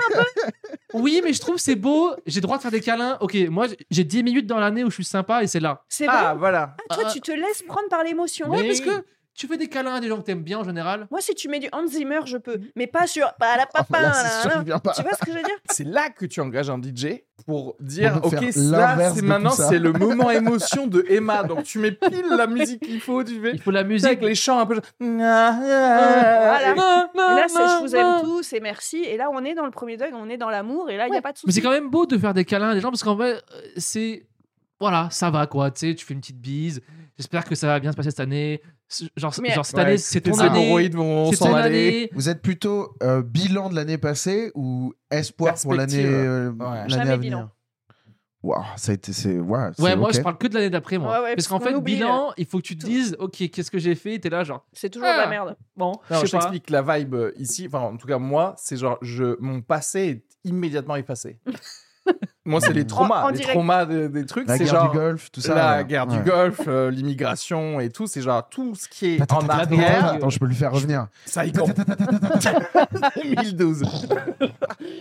C: oui, mais je trouve c'est beau. J'ai le droit de faire des câlins. Ok, moi j'ai 10 minutes dans l'année où je suis sympa et c'est là.
B: C'est vrai
D: Ah, voilà.
B: Ah, toi,
C: Ah.
B: tu te laisses prendre par l'émotion.
C: Ouais,
D: Mais
C: parce
D: oui.
C: que tu fais des câlins à des gens que t'aimes bien en général.
B: Moi, si tu mets du Hans Zimmer, je peux. Mais pas sur. Pas la
A: Ah,
B: papa.
A: là,
B: là,
A: c'est sûr,
B: là.
A: il vient pas.
B: Tu vois ce que je veux dire
D: C'est là que tu engages un DJ pour dire
A: Pour nous
D: Ok,
A: faire
D: là,
A: l'inverse
D: c'est
A: de
D: maintenant,
A: tout ça.
D: c'est le moment émotion de Emma. Donc tu mets pile la musique qu'il faut, tu fais.
C: Il faut la musique.
D: Avec les chants un peu.
B: Voilà.
A: Euh,
D: Voilà.
B: Et là, c'est je vous aime tous et merci. Et là, on est dans le premier deuil, on est dans l'amour. Et là, il n'y a pas de
C: Mais c'est
B: souci.
C: quand même beau de faire des câlins à des gens parce qu'en vrai, euh, c'est. Voilà, ça va quoi, tu sais, tu fais une petite bise. J'espère que ça va bien se passer cette année. C- Genre,
B: Mais-
C: genre cette
D: Ouais,
C: année, c'est
D: Tes
C: ton année.
D: hémorroïdes vont
C: C'est ton
D: s'en aller.
C: année.
A: Vous êtes plutôt euh, bilan de l'année passée ou espoir pour l'année
D: Perspective.
A: euh,
D: Ouais.
A: l'année
B: Jamais
A: à
B: bilan.
A: venir Waouh, ça a été. c'est- Waouh, c'est
C: Ouais, moi
A: ok.
C: je parle que de l'année d'après, moi.
B: Ouais, ouais,
C: parce
B: parce
C: qu'en
B: qu'on
C: fait,
B: oublie,
C: bilan, il faut que tu te
B: tout.
C: dises, ok, qu'est-ce que j'ai fait T'es là, genre,
B: C'est toujours de
C: Ah.
B: la merde.
C: bon,
D: Non, je
C: je sais pas.
D: t'explique la vibe euh, ici. Enfin, en tout cas, moi, c'est genre, je, mon passé est immédiatement effacé. moi, c'est les traumas.
B: En- en
D: les
B: direct.
D: traumas de- des trucs,
A: La
D: c'est
A: guerre
D: genre.
A: du Golfe, tout ça.
D: la
A: ouais.
D: guerre
A: Ouais.
D: du Golfe, euh, l'immigration et tout, c'est genre tout ce qui est
A: Attends,
D: en
A: attends, attends, attends,
D: arrière.
A: attends, je peux le faire revenir.
D: Ça y compte. 2012.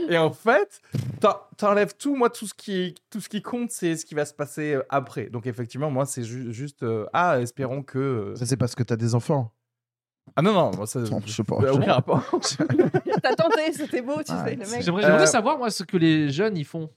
D: et en fait, t'en- t'enlèves tout. Moi, tout ce qui, tout ce qui compte, c'est ce qui va se passer euh, après. Donc, effectivement, moi, c'est ju- juste. euh, ah, espérons que. euh,
A: Ça, c'est parce que t'as des enfants.
D: Ah non, non, moi, ça.
A: Attends, Je sais pas.
D: Bah, aucun rapport.
B: T'as tenté, c'était beau, tu
A: Ouais.
B: sais, le mec.
C: J'aimerais
D: Euh,
C: j'aimerais savoir, moi, ce que les jeunes, ils font.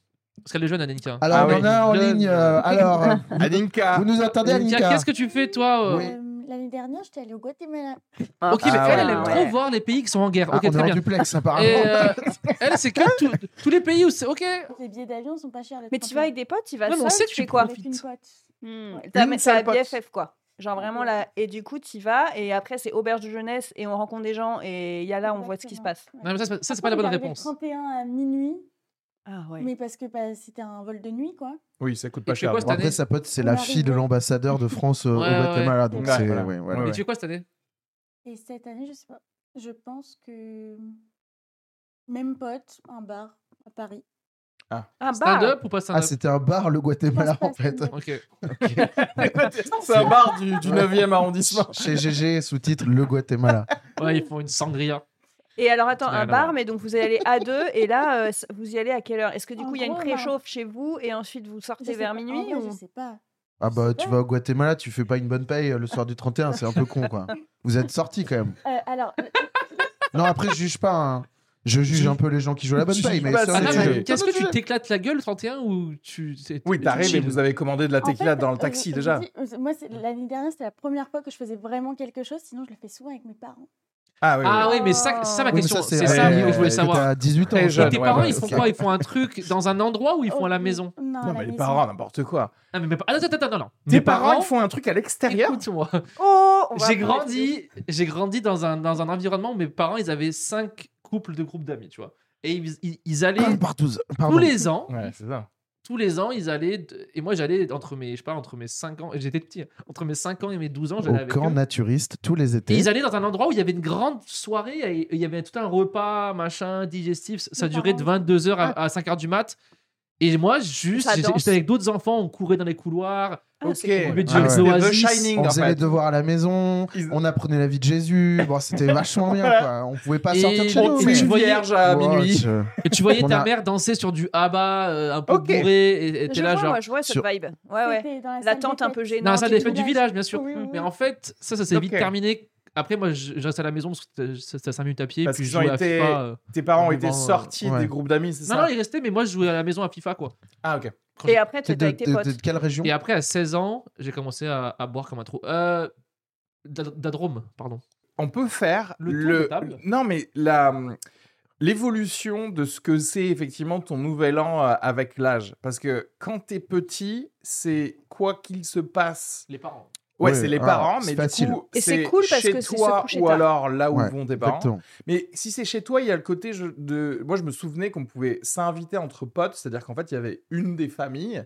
C: Parce que les jeunes, Anenka.
A: Alors,
D: Ah
A: on en
D: oui. ah.
A: a en
C: Jeune.
A: ligne. euh, alors, euh,
D: Aninka
A: vous nous entendez,
C: Anenka,
A: Annika
C: qu'est-ce que tu fais, toi euh,
A: Oui.
E: Euh, L'année dernière, j'étais allée au Guatemala.
C: Ok, mais
A: Ah
C: elle, elle
A: ouais.
C: aime trop voir les pays qui sont en guerre.
A: Ah,
C: ok,
A: On est
C: très
A: en
C: bien.
A: duplex, apparemment.
C: Et euh, elle, c'est que tout- tous les pays où c'est. Ok.
E: Les billets d'avion sont pas chers. les
B: Mais tu
E: Français.
B: vas avec des potes, tu vas
C: Ouais, mais on
B: seul,
C: sait que
B: tu
C: tu
B: fais quoi
C: profites.
E: Avec une pote.
B: Hmm.
E: Ouais.
B: T'as
D: Une
B: t'as la
D: seule pote.
B: BFF, quoi. Genre vraiment là. Et du coup, t'y vas, et après, c'est auberge de jeunesse, et on rencontre des gens, et il y a là, on voit ce qui se passe.
C: Non, mais ça, c'est pas- ça, c'est pas la bonne réponse.
E: 31 à minuit,
B: Ah ouais.
E: mais parce que bah, c'était un vol de nuit, quoi.
D: Oui, ça coûte
C: Et
D: pas
C: tu fais
D: cher.
C: quoi
D: donc.
A: Bon, après, sa pote, c'est
E: On
A: la
E: arrive.
A: fille de l'ambassadeur de France euh, au
C: Ouais, ouais,
A: Guatemala. Donc,
D: Ouais,
A: c'est.
D: voilà.
A: Ah ouais, voilà.
D: Ouais,
C: Mais
D: ouais.
C: tu fais quoi cette année
E: Et cette année, je sais pas. Je pense que. Même pote, un bar à Paris.
B: Ah bah
C: Stand-up ou pas
A: Ah,
C: stand-up
A: c'était un bar, le Guatemala,
E: Pas
A: en fait.
E: stand-up.
C: Ok.
D: C'est un bar du, du
A: Ouais.
D: 9e arrondissement.
A: Chez GG, sous-titre Le Guatemala.
C: Ouais, ils font une sangria.
B: Et alors, attends,
C: Ça n'a rien
B: un
C: à
B: bar,
C: voir.
B: mais donc vous allez à deux, et là, euh, c- vous y allez à quelle heure Est-ce que du
E: En
B: coup, il y a une
E: gros,
B: préchauffe chez vous, et ensuite vous
E: Je
B: sortez
E: sais
B: vers
E: pas. En
B: minuit
E: vrai,
B: ou-
E: Je sais pas.
A: Ah, bah,
E: C'est
A: tu
E: pas-
A: vas au Guatemala, tu fais pas une bonne paye euh, le soir du 31, c'est un peu con, quoi. Vous êtes sortis, quand même.
E: Euh, alors,
D: Ah,
A: Non, après, je juge pas. hein. Je juge un peu les gens qui jouent à la bonne
D: Tu
A: paye,
D: juges
A: mais
D: pas,
A: c'est
D: ça,
C: Ah
A: un
C: non,
A: petit
D: c'est-
A: jeu.
C: mais qu'est-ce
D: Ah,
C: que tu
D: mais-
C: t'éclates la gueule 31 ou tu. c'est-
D: Oui, t'arrives et
C: chill.
D: vous avez commandé de la
E: en
D: tequila
E: fait,
D: dans le
E: euh,
D: taxi
E: je- je
D: déjà.
E: dis, euh, moi, c'est- l'année dernière, c'était la première fois que je faisais vraiment quelque chose. Sinon, je le fais souvent avec mes parents.
D: Ah oui,
C: Ah
D: oui.
C: oui, mais ça, c'est ça ma
A: Oui, mais
C: question.
A: ça,
C: C'est ça
D: euh,
C: que je voulais
D: que
C: savoir. Eh,
A: À 18 ans.
D: Très
A: quoi.
D: jeune,
C: Et tes
D: ouais,
C: parents,
D: ouais,
C: ils font
D: ok.
C: quoi Ils font un truc dans un endroit ou ils font à la
E: Oh,
C: maison
E: Non, à
D: Non,
E: la
D: mais les
E: maison.
D: parents, n'importe quoi.
C: Ah, mais même pas. Ah, attends, attends, attends, non.
D: Tes
C: Mes
D: parents, ils font un truc à l'extérieur
C: Écoute-moi.
B: Oh on va
C: J'ai
B: appeler-
C: grandi, j'ai grandi dans un, dans un environnement où mes parents, ils avaient cinq couples de groupes d'amis, tu vois. Et ils, ils- ils allaient
A: Ah, partout.
C: tous
A: Pardon.
C: les ans,
D: Ouais, c'est ça.
C: tous les ans, ils allaient de- et moi j'allais entre mes je sais pas entre mes 5 ans, j'étais petit, hein, entre mes 5 ans et mes 12 ans, j'allais
A: Au
C: avec
A: camp
C: eux.
A: naturiste, tous les
C: Et
A: étés.
C: ils allaient dans un endroit où il y avait une grande soirée et et il y avait tout un repas, machin, digestif, ça
E: Mes
C: durait de 22h à, 5h du mat. Et moi juste
B: Ah. Ça
C: j'étais
B: danse.
C: j'étais avec d'autres enfants, on courait dans les couloirs.
B: Ah,
D: ok.
B: c'est cool.
C: avait du
D: Ah ouais.
C: Exo
D: C'était The
C: Oasis.
D: Shining
A: On
D: en
A: faisait les
D: fait.
A: devoirs à la maison,
D: Ils-
A: on apprenait la vie de Jésus. Bon, c'était vachement bien, quoi. On pouvait pas
C: Et-
A: sortir de chez
C: On
A: nous.
C: tue
A: mais- euh,
C: une
D: vierge à
A: Wow,
D: minuit.
A: je-
C: Et tu voyais
A: On
C: ta
A: a-
C: mère danser sur du ABBA euh, un peu
D: Ok.
C: bourré et et t'es
B: Je
C: là
B: vois,
C: genre
B: moi, je vois cette
A: sur-
B: vibe. Ouais, ouais.
E: C'était dans la
B: La
E: salle des
B: tente un peu
E: fêtes.
B: gênante.
C: Non, ça
B: et
C: dépend
B: tout.
C: du village, bien sûr.
E: Oui, oui,
C: Mais
E: oui.
C: en fait, ça, ça s'est vite
D: Ok.
C: terminé. Après, moi, je- je reste à la maison parce que c'était 5 minutes à pied.
D: Parce
C: puis je
D: qu'ils ont
C: jouais à
D: été-
C: FIFA. euh.
D: Tes parents
C: Au
D: étaient
C: moment, euh,
D: sortis
A: ouais.
D: des groupes d'amis, c'est
C: Non,
D: ça
C: non, il restait, mais moi, je jouais à la maison à FIFA, quoi.
D: Ah ok.
B: Et après, tu
A: T'es
B: étais
A: de,
B: avec tes
A: de-
B: potes.
A: de quelle région
C: Et après, à 16 ans, j'ai commencé à, à boire comme un trou. Euh, da- da Drôme, pardon.
D: On peut faire
C: Le
D: le,
C: tour de table
D: non mais la l'évolution de ce que c'est effectivement ton nouvel an euh, avec l'âge parce que quand t'es petit, c'est quoi qu'il se passe.
C: Les parents.
D: Ouais,
A: Ouais,
D: c'est les
A: ah,
D: parents,
A: c'est
D: mais
A: facile.
D: du coup,
B: Et c'est cool parce
D: chez
B: que c'est se
D: toi
B: coucher
D: ou
B: tard.
D: alors là où
A: Ouais,
D: vont tes parents.
A: Exactement.
D: Mais si c'est chez toi, il y a le côté je- de. Moi, je me souvenais qu'on pouvait s'inviter entre potes, c'est-à-dire qu'en fait, il y avait une des familles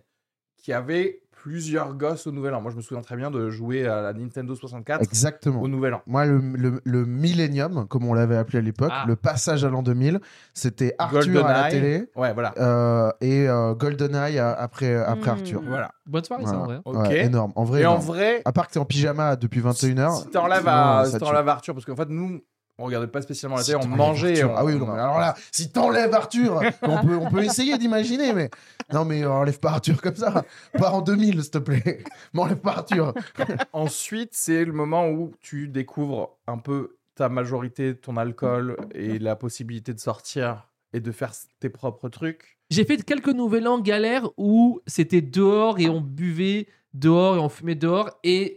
D: qui avait plusieurs gosses au Nouvel An. Moi, je me souviens très bien de jouer à la Nintendo 64
A: Exactement.
D: au Nouvel An.
A: Moi, le, le, le millénium, comme on l'avait appelé à l'époque,
C: Ah.
A: le passage à l'an 2000, c'était Arthur à la
D: GoldenEye.
A: télé
D: Ouais, voilà.
A: euh, et euh, GoldenEye à- après, après
B: Hmm.
A: Arthur.
D: Voilà.
C: Bonne soirée, ça, hein. en vrai.
A: Voilà.
D: Ok.
A: Ouais, énorme. En vrai,
D: Et en
A: énorme.
D: vrai,
A: à part que t'es en pyjama depuis 21h.
D: si t'en laves à, si t'en laves à Arthur, parce qu'en fait, nous, on regardait pas spécialement la télé, on
A: Si t'enlèves
D: mangeait.
A: Arthur.
D: on-
A: Ah oui,
D: on-
A: non, mais alors là, si t'enlèves Arthur, on peut, on peut essayer d'imaginer, mais non, mais enlève pas Arthur comme ça. Pas en 2000, s'il te plaît. M'enlève pas Arthur.
D: Ensuite, c'est le moment où tu découvres un peu ta majorité, ton alcool et la possibilité de sortir et de faire tes propres trucs.
C: J'ai fait quelques nouvel an galères où c'était dehors et on buvait dehors et on fumait dehors et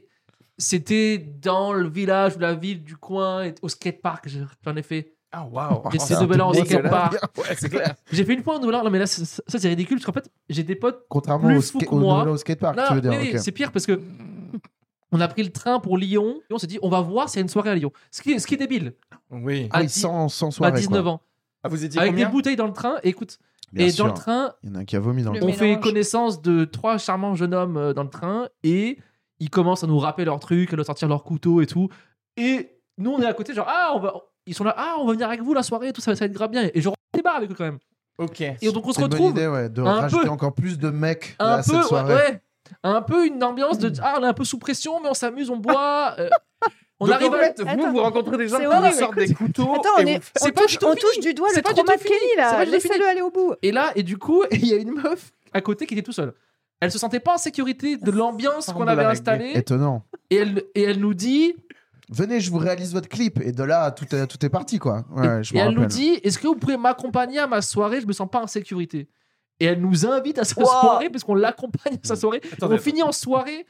C: c'était dans le village ou la ville du coin, et- au skatepark, je- j'en ai fait.
D: Ah waouh
C: Et c'est
A: ça,
C: de Nouvel An au
A: c'est
C: skatepark.
D: Ouais, c'est clair.
C: J'ai fait une fois un nouvel an, non mais là, ça, ça, c'est ridicule parce qu'en fait, j'ai des potes
A: Contrairement
C: Plus
A: au,
C: fou
A: ska-
C: que
A: au
C: moi.
A: nouvel an au skatepark,
C: Non,
A: Ah, tu veux dire.
C: mais oui,
A: ok.
C: c'est pire parce que on a pris le train pour Lyon et on s'est dit on va voir s'il y a une soirée à Lyon. Ce qui est, ce qui est débile
D: Oui.
A: Ah
C: à
A: oui,
C: dix-
A: sans, sans
C: à
A: soirée.
C: 19
A: quoi.
C: ans.
D: Ah, vous étiez
C: Avec des
D: combien
C: bouteilles dans le train, écoute.
A: Bien
C: et
A: sûr.
C: dans le train,
A: Il y en a un qui a vomi dans le
B: Le
C: on fait
B: mélange.
C: connaissance de trois charmants jeunes hommes euh, dans le train et ils commencent à nous rappeler leurs trucs, à nous sortir leurs couteaux et tout. Et nous on est à côté genre ah on va ils sont là ah on va venir avec vous la soirée et tout ça, ça va être grave bien et genre on débarre avec eux quand même.
D: Ok.
C: Et donc on se
A: C'est une bonne
C: retrouve
A: idée, ouais, de
C: un
A: rajouter
C: peu-
A: encore plus de mecs
C: un
A: à
C: peu
A: cette
C: ouais,
A: soirée.
C: ouais. un peu une ambiance de ah on est un peu sous pression mais on s'amuse, on boit euh, on
D: Donc,
C: arrive
D: en
C: à
D: fait,
B: Attends.
D: vous, vous rencontrez des gens
B: C'est
D: qui
B: horrible,
D: vous sortent des couteaux.
B: Attends, on,
D: et
B: est-
D: vous-
C: C'est
B: on
C: pas
B: touche,
C: du tout
B: on
C: fini.
B: touche du doigt
C: C'est
B: le
C: pas du
B: trauma
C: tout
B: de
C: fini.
B: Kenny
C: C'est
B: là.
C: pas du tout
B: Laissez-le
C: fini.
B: aller au bout.
C: Et là, et du coup, il y a une meuf à côté qui était tout seule. Elle se sentait pas en sécurité de l'ambiance
D: Forme
C: qu'on
D: de la
C: avait
D: règle.
C: installée.
A: Étonnant.
C: Et elle, et elle nous dit
A: Venez, je vous réalise votre clip. Et de là, tout est, tout est parti, quoi. Ouais, je
C: et
A: me
C: elle nous
A: rappelle.
C: dit Est-ce que vous pouvez m'accompagner à ma soirée Je me sens pas en sécurité. Et elle nous invite à sa
B: Wow.
C: soirée, puisqu'on l'accompagne à sa soirée.
D: Attendez.
C: on finit en soirée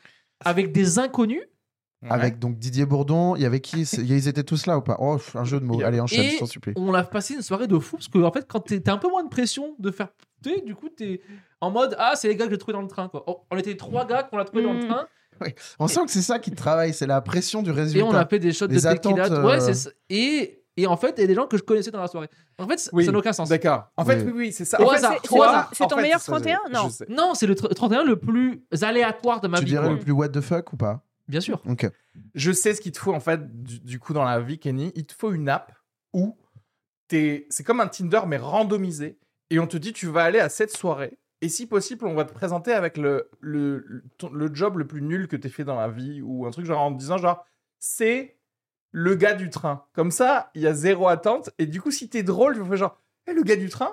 C: avec des inconnus.
A: Avec donc Didier Bourdon, il y avait qui C'est- Ils étaient tous là ou pas Oh, un jeu de mots.
D: Il y a-
A: Allez, enchaîne,
C: Et-
A: je t'en supplie.
C: On a passé une soirée de fou, parce que en fait, quand t'es- t'as un peu moins de pression de faire. tu sais, Du coup, t'es en mode Ah, c'est les gars que j'ai trouvé dans le train. Quoi. On- On était les trois gars qu'on a trouvé dans le
D: Mmh.
B: Mm.
C: train.
A: On sent que c'est ça qui travaille, c'est la pression du résultat.
C: Et on a fait des shots
A: Les
C: de tequila.
A: attentes,
C: Ouais,
A: euh,
C: c'est ça. Et, et en fait, il y a des gens que je connaissais dans la soirée. En fait, c-
D: Oui.
C: ça n'a aucun sens.
D: D'accord. En fait,
A: Oui.
D: oui, oui, c'est ça.
C: Au
D: En fait,
C: hasard,
D: c'est-
C: au
D: au
C: hasard.
D: hasard.
B: C'est
D: En
B: ton
D: fait,
B: meilleur
D: c'est ça,
B: 31?
D: je
B: Non.
D: sais.
C: Non, c'est le tr- 31 le plus aléatoire de ma
A: Tu
C: vie.
A: dirais
C: quoi.
A: le plus what the fuck ou pas
C: Bien sûr.
A: Ok.
D: Je sais ce qu'il te faut en fait, du, du coup, dans la vie, Kenny. Il te faut une app où t'es. C'est comme un Tinder, mais randomisé. Et on te dit, tu vas aller à cette soirée. Et si possible, on va te présenter avec le, le, le- ton- le job le plus nul que t'aies fait dans la vie ou un truc genre en te disant, genre, c'est le gars du train. Comme ça, il y a zéro attente. Et du coup, si t'es drôle, tu vas faire genre, Eh, le gars du train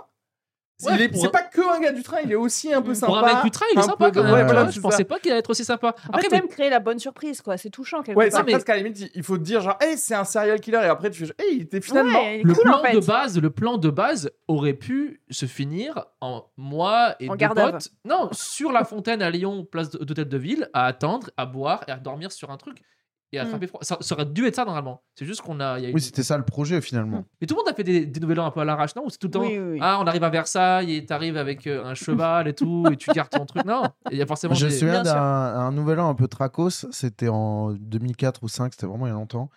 C: Ouais,
D: Il est-
C: pour
D: C'est
C: un-
D: pas que un gars du train, il est aussi un peu
B: Pour
C: Pour
D: sympa.
C: un mec du train, il est
D: un
C: sympa
D: peu de-
C: quand même.
D: ouais, voilà,
C: Ouais, je
D: c'est
C: pensais
D: ça.
C: pas qu'il allait être aussi sympa.
B: Après,
C: Après,
B: t'aimes créer la bonne surprise, quoi. C'est touchant, quelque
D: Ouais,
B: part.
D: c'est
C: mais-
D: presque à la limite, il faut te dire genre, hey, c'est un serial killer, et après tu fais, hey, il était finalement.
B: Ouais, il est
C: le
B: cool,
C: plan
B: en fait.
C: de base, le plan de base aurait pu se finir en moi et
B: En
C: deux
B: garde à
C: potes. Non, sur la fontaine à Lyon, place de- d'hôtel de ville, à attendre, à boire et à dormir sur un truc et à
B: Mm.
C: attraper froid. Ça, ça aurait dû être ça normalement. C'est juste qu'on a. il y a eu-
A: Oui, c'était ça le projet finalement.
C: Mais tout le monde a fait des, des nouvel an un peu à l'arrache, non Ou c'est tout le temps.
B: Oui, oui, oui.
C: Ah, on arrive à Versailles et t'arrives avec euh, un cheval et tout, et tu gardes ton truc. Non, il y a forcément.
A: Je me
C: des-
A: souviens
B: Bien
A: d'un
B: sûr.
A: un nouvel an un peu tracos, c'était en 2004 ou 5, c'était vraiment il y a longtemps.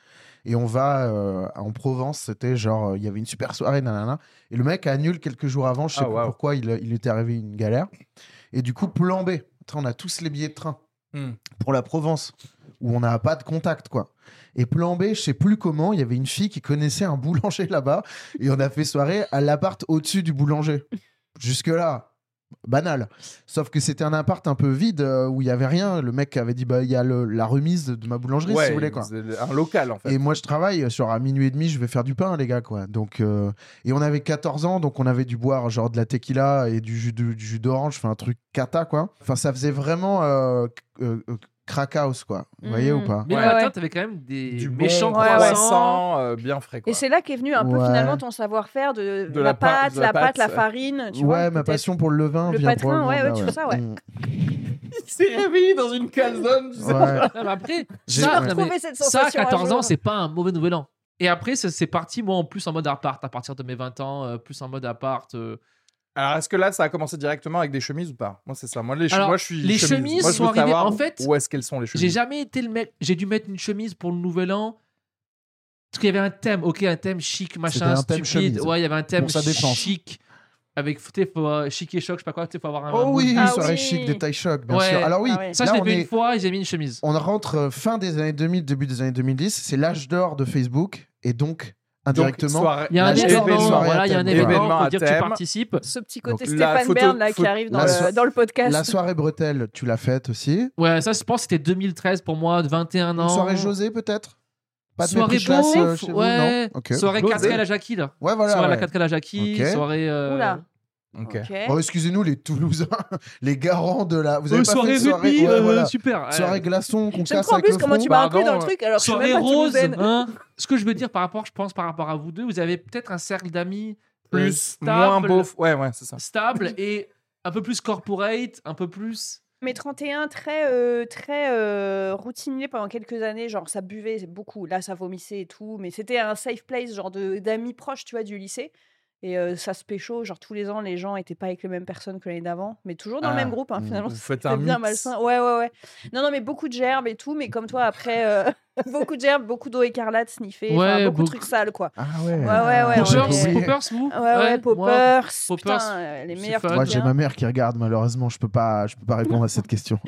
A: Et on va euh, en Provence, c'était genre, euh, il y avait une super soirée, nanana. Et le mec annule quelques jours avant, je sais
D: Ah,
A: pas
D: waouh.
A: pourquoi, il, il lui était arrivé une galère. Et du coup, plan B, Attends, on a tous les billets de train
D: Hmm.
A: pour la Provence, où on n'a pas de contact, quoi. Et plan B, je sais plus comment, il y avait une fille qui connaissait un boulanger là-bas, et on a fait soirée à l'appart au-dessus du boulanger. Jusque-là, banal. Sauf que c'était un appart un peu vide euh, où il y avait rien. Le mec avait dit bah il y a le- la remise de, de ma boulangerie si vous voulez quoi.
D: c'est un local en fait.
A: Et moi je travaille sur à minuit et demi, je vais faire du pain les gars quoi. Donc euh, et on avait 14 ans donc on avait dû boire genre de la tequila et du jus de- du jus d'orange, enfin un truc cata quoi. Enfin ça faisait vraiment euh, euh, euh, crack house quoi. Vous voyez
B: Mhm.
A: ou pas
C: Mais
D: Ouais,
C: le matin,
B: ouais.
C: t'avais quand même des
D: Du
C: méchants
D: bon
B: croissant.
C: croissants.
D: croissant, euh, bien frais. Quoi.
B: Et c'est là qu'est venu un peu
A: Ouais.
B: finalement ton savoir-faire de,
D: De
B: la,
D: la pa-
B: pâte,
D: de la
B: la pâte,
D: pâte,
B: la
D: ouais.
B: farine. Tu vois,
A: ouais, ma
B: peut-être.
A: passion pour le levain
B: Le
A: vient
B: patrin,
A: probablement
B: ouais,
A: de
B: ouais,
A: là,
B: tu fais ça, ouais.
A: Mhm.
D: Il s'est réveillé dans une calzone, tu sais.
A: Ouais.
C: Non, mais après,
A: J'ai-
C: ça,
A: ouais.
C: non, mais-
B: Trouver cette
C: Ça, à
B: sensation un
C: 14 ans,
B: jour.
C: c'est pas un mauvais nouvel an. Et après, c'est- c'est parti, moi, en plus en mode appart, à partir de mes 20 ans, euh, plus en mode appart. euh.
D: Alors est-ce que là ça a commenché directement avec des chemises ou pas Moi c'est ça. Moi les, che-
C: Alors,
D: moi, je suis
C: les chemises
D: Moi, je
C: sont
D: veux
C: arrivées-
D: savoir
C: en fait,
D: Où est-ce qu'elles sont les
C: J'ai
D: chemises
C: jamais été le mec. J'ai dû mettre une chemise pour le nouvel an. Parce qu'il y avait un thème, ok, un thème chic,
A: C'était
C: machin,
A: un thème
C: stupide.
A: chemise.
C: Ouais, il y avait un thème
A: Pour sa défense.
C: chic. Avec, tu sais, faut, euh, chic et choc, je sais pas quoi, tu sais, faut avoir un. un
A: Oh
C: moule.
A: oui,
B: Ah
A: soirée
B: oui.
A: chic des taille choc bien
C: Ouais.
A: sûr. Alors oui,
B: Ah ouais.
C: Ça,
A: là,
C: je l'ai
A: on
C: fait
A: est-
C: une fois et j'ai mis une chemise.
A: On rentre euh, fin des années 2000, début des années 2010. C'est l'âge d'or de Facebook. Et donc, indirectement,
C: Il y a un
A: Là, j'ai fait une
C: événement,
A: soirée à
C: voilà, il y a un
A: thème, quoi.
C: événement,
D: Événement
C: faut
D: à
C: dire que tu
D: thème.
C: participes.
B: Ce petit côté
D: Donc, la
B: Stéphane
D: photo-
B: Bern là,
D: faut-
B: qui arrive dans,
A: la
B: le,
A: so-
B: dans le podcast.
A: la soirée bretelle, tu l'as faite aussi.
C: Ouais, ça, je pense que c'était 2013 pour moi, de 21 ans.
A: Une soirée José, peut-être Pas de
C: Soirée
A: mépris classe, euh,
C: beauf,
A: chez vous,
C: ouais.
A: non Ok.
C: Soirée
D: José.
C: 4K à la Jackie, là.
A: Ouais, voilà.
C: soirée à
A: ouais.
C: la 4K à la Jackie,
A: Ok.
C: soirée. euh,
B: Oula.
D: Ok.
B: Ok.
A: Oh, excusez-nous, les Toulousains, les garants de la. Vous avez
C: Euh,
A: pas
C: soirée
A: fait de soirée
C: rugby,
A: ouais,
C: euh,
A: voilà.
C: super.
A: Soirée glaçon qu'on
B: Je ne
A: casse
B: comprends
A: avec
B: plus
A: le
B: comment
A: front.
B: tu m'as inclus
C: pardon,
B: dans le
C: euh,
B: truc alors que je suis
C: Soirée
B: même pas
C: rose.
B: toulousaine.
C: hein. Ce que je veux dire par rapport, je pense par rapport à vous deux, vous avez peut-être un cercle d'amis euh,
D: Plus
C: stable,
D: moins beau. Ouais ouais c'est ça.
C: stable et un peu plus corporate, un peu plus.
B: Mais 31, très, euh, très euh, routinier pendant quelques années. Genre, ça buvait c'est beaucoup. Là, ça vomissait et tout. Mais c'était un safe place, genre de- d'amis proches, tu vois, du lycée. Et euh, ça se pécho. Genre, tous les ans, les gens n'étaient pas avec les mêmes personnes que l'année d'avant. Mais toujours dans
D: Ah,
B: le même groupe, hein,
A: mm.
B: finalement.
D: Vous faites
B: C'était
D: un
B: bien
D: mix.
B: malsain. Ouais, ouais, ouais. Non, non, mais beaucoup de gerbes et tout. Mais comme toi, après, euh, beaucoup de gerbes, beaucoup d'eau écarlate sniffée. enfin,
C: Ouais,
B: beaucoup de
C: beaucoup.
B: trucs sales, quoi.
A: Ah ouais.
B: Ouais, ouais, ouais,
C: Poppers,
B: on est-
C: poppers, vous
B: Ouais, ouais, poppers.
C: moi,
B: putain,
C: Poppers,
B: euh, les
C: c'est
B: meilleurs
C: fun.
B: trucs.
A: Moi, j'ai
B: hein.
A: ma mère qui regarde, malheureusement, je peux pas, je peux pas répondre à cette question.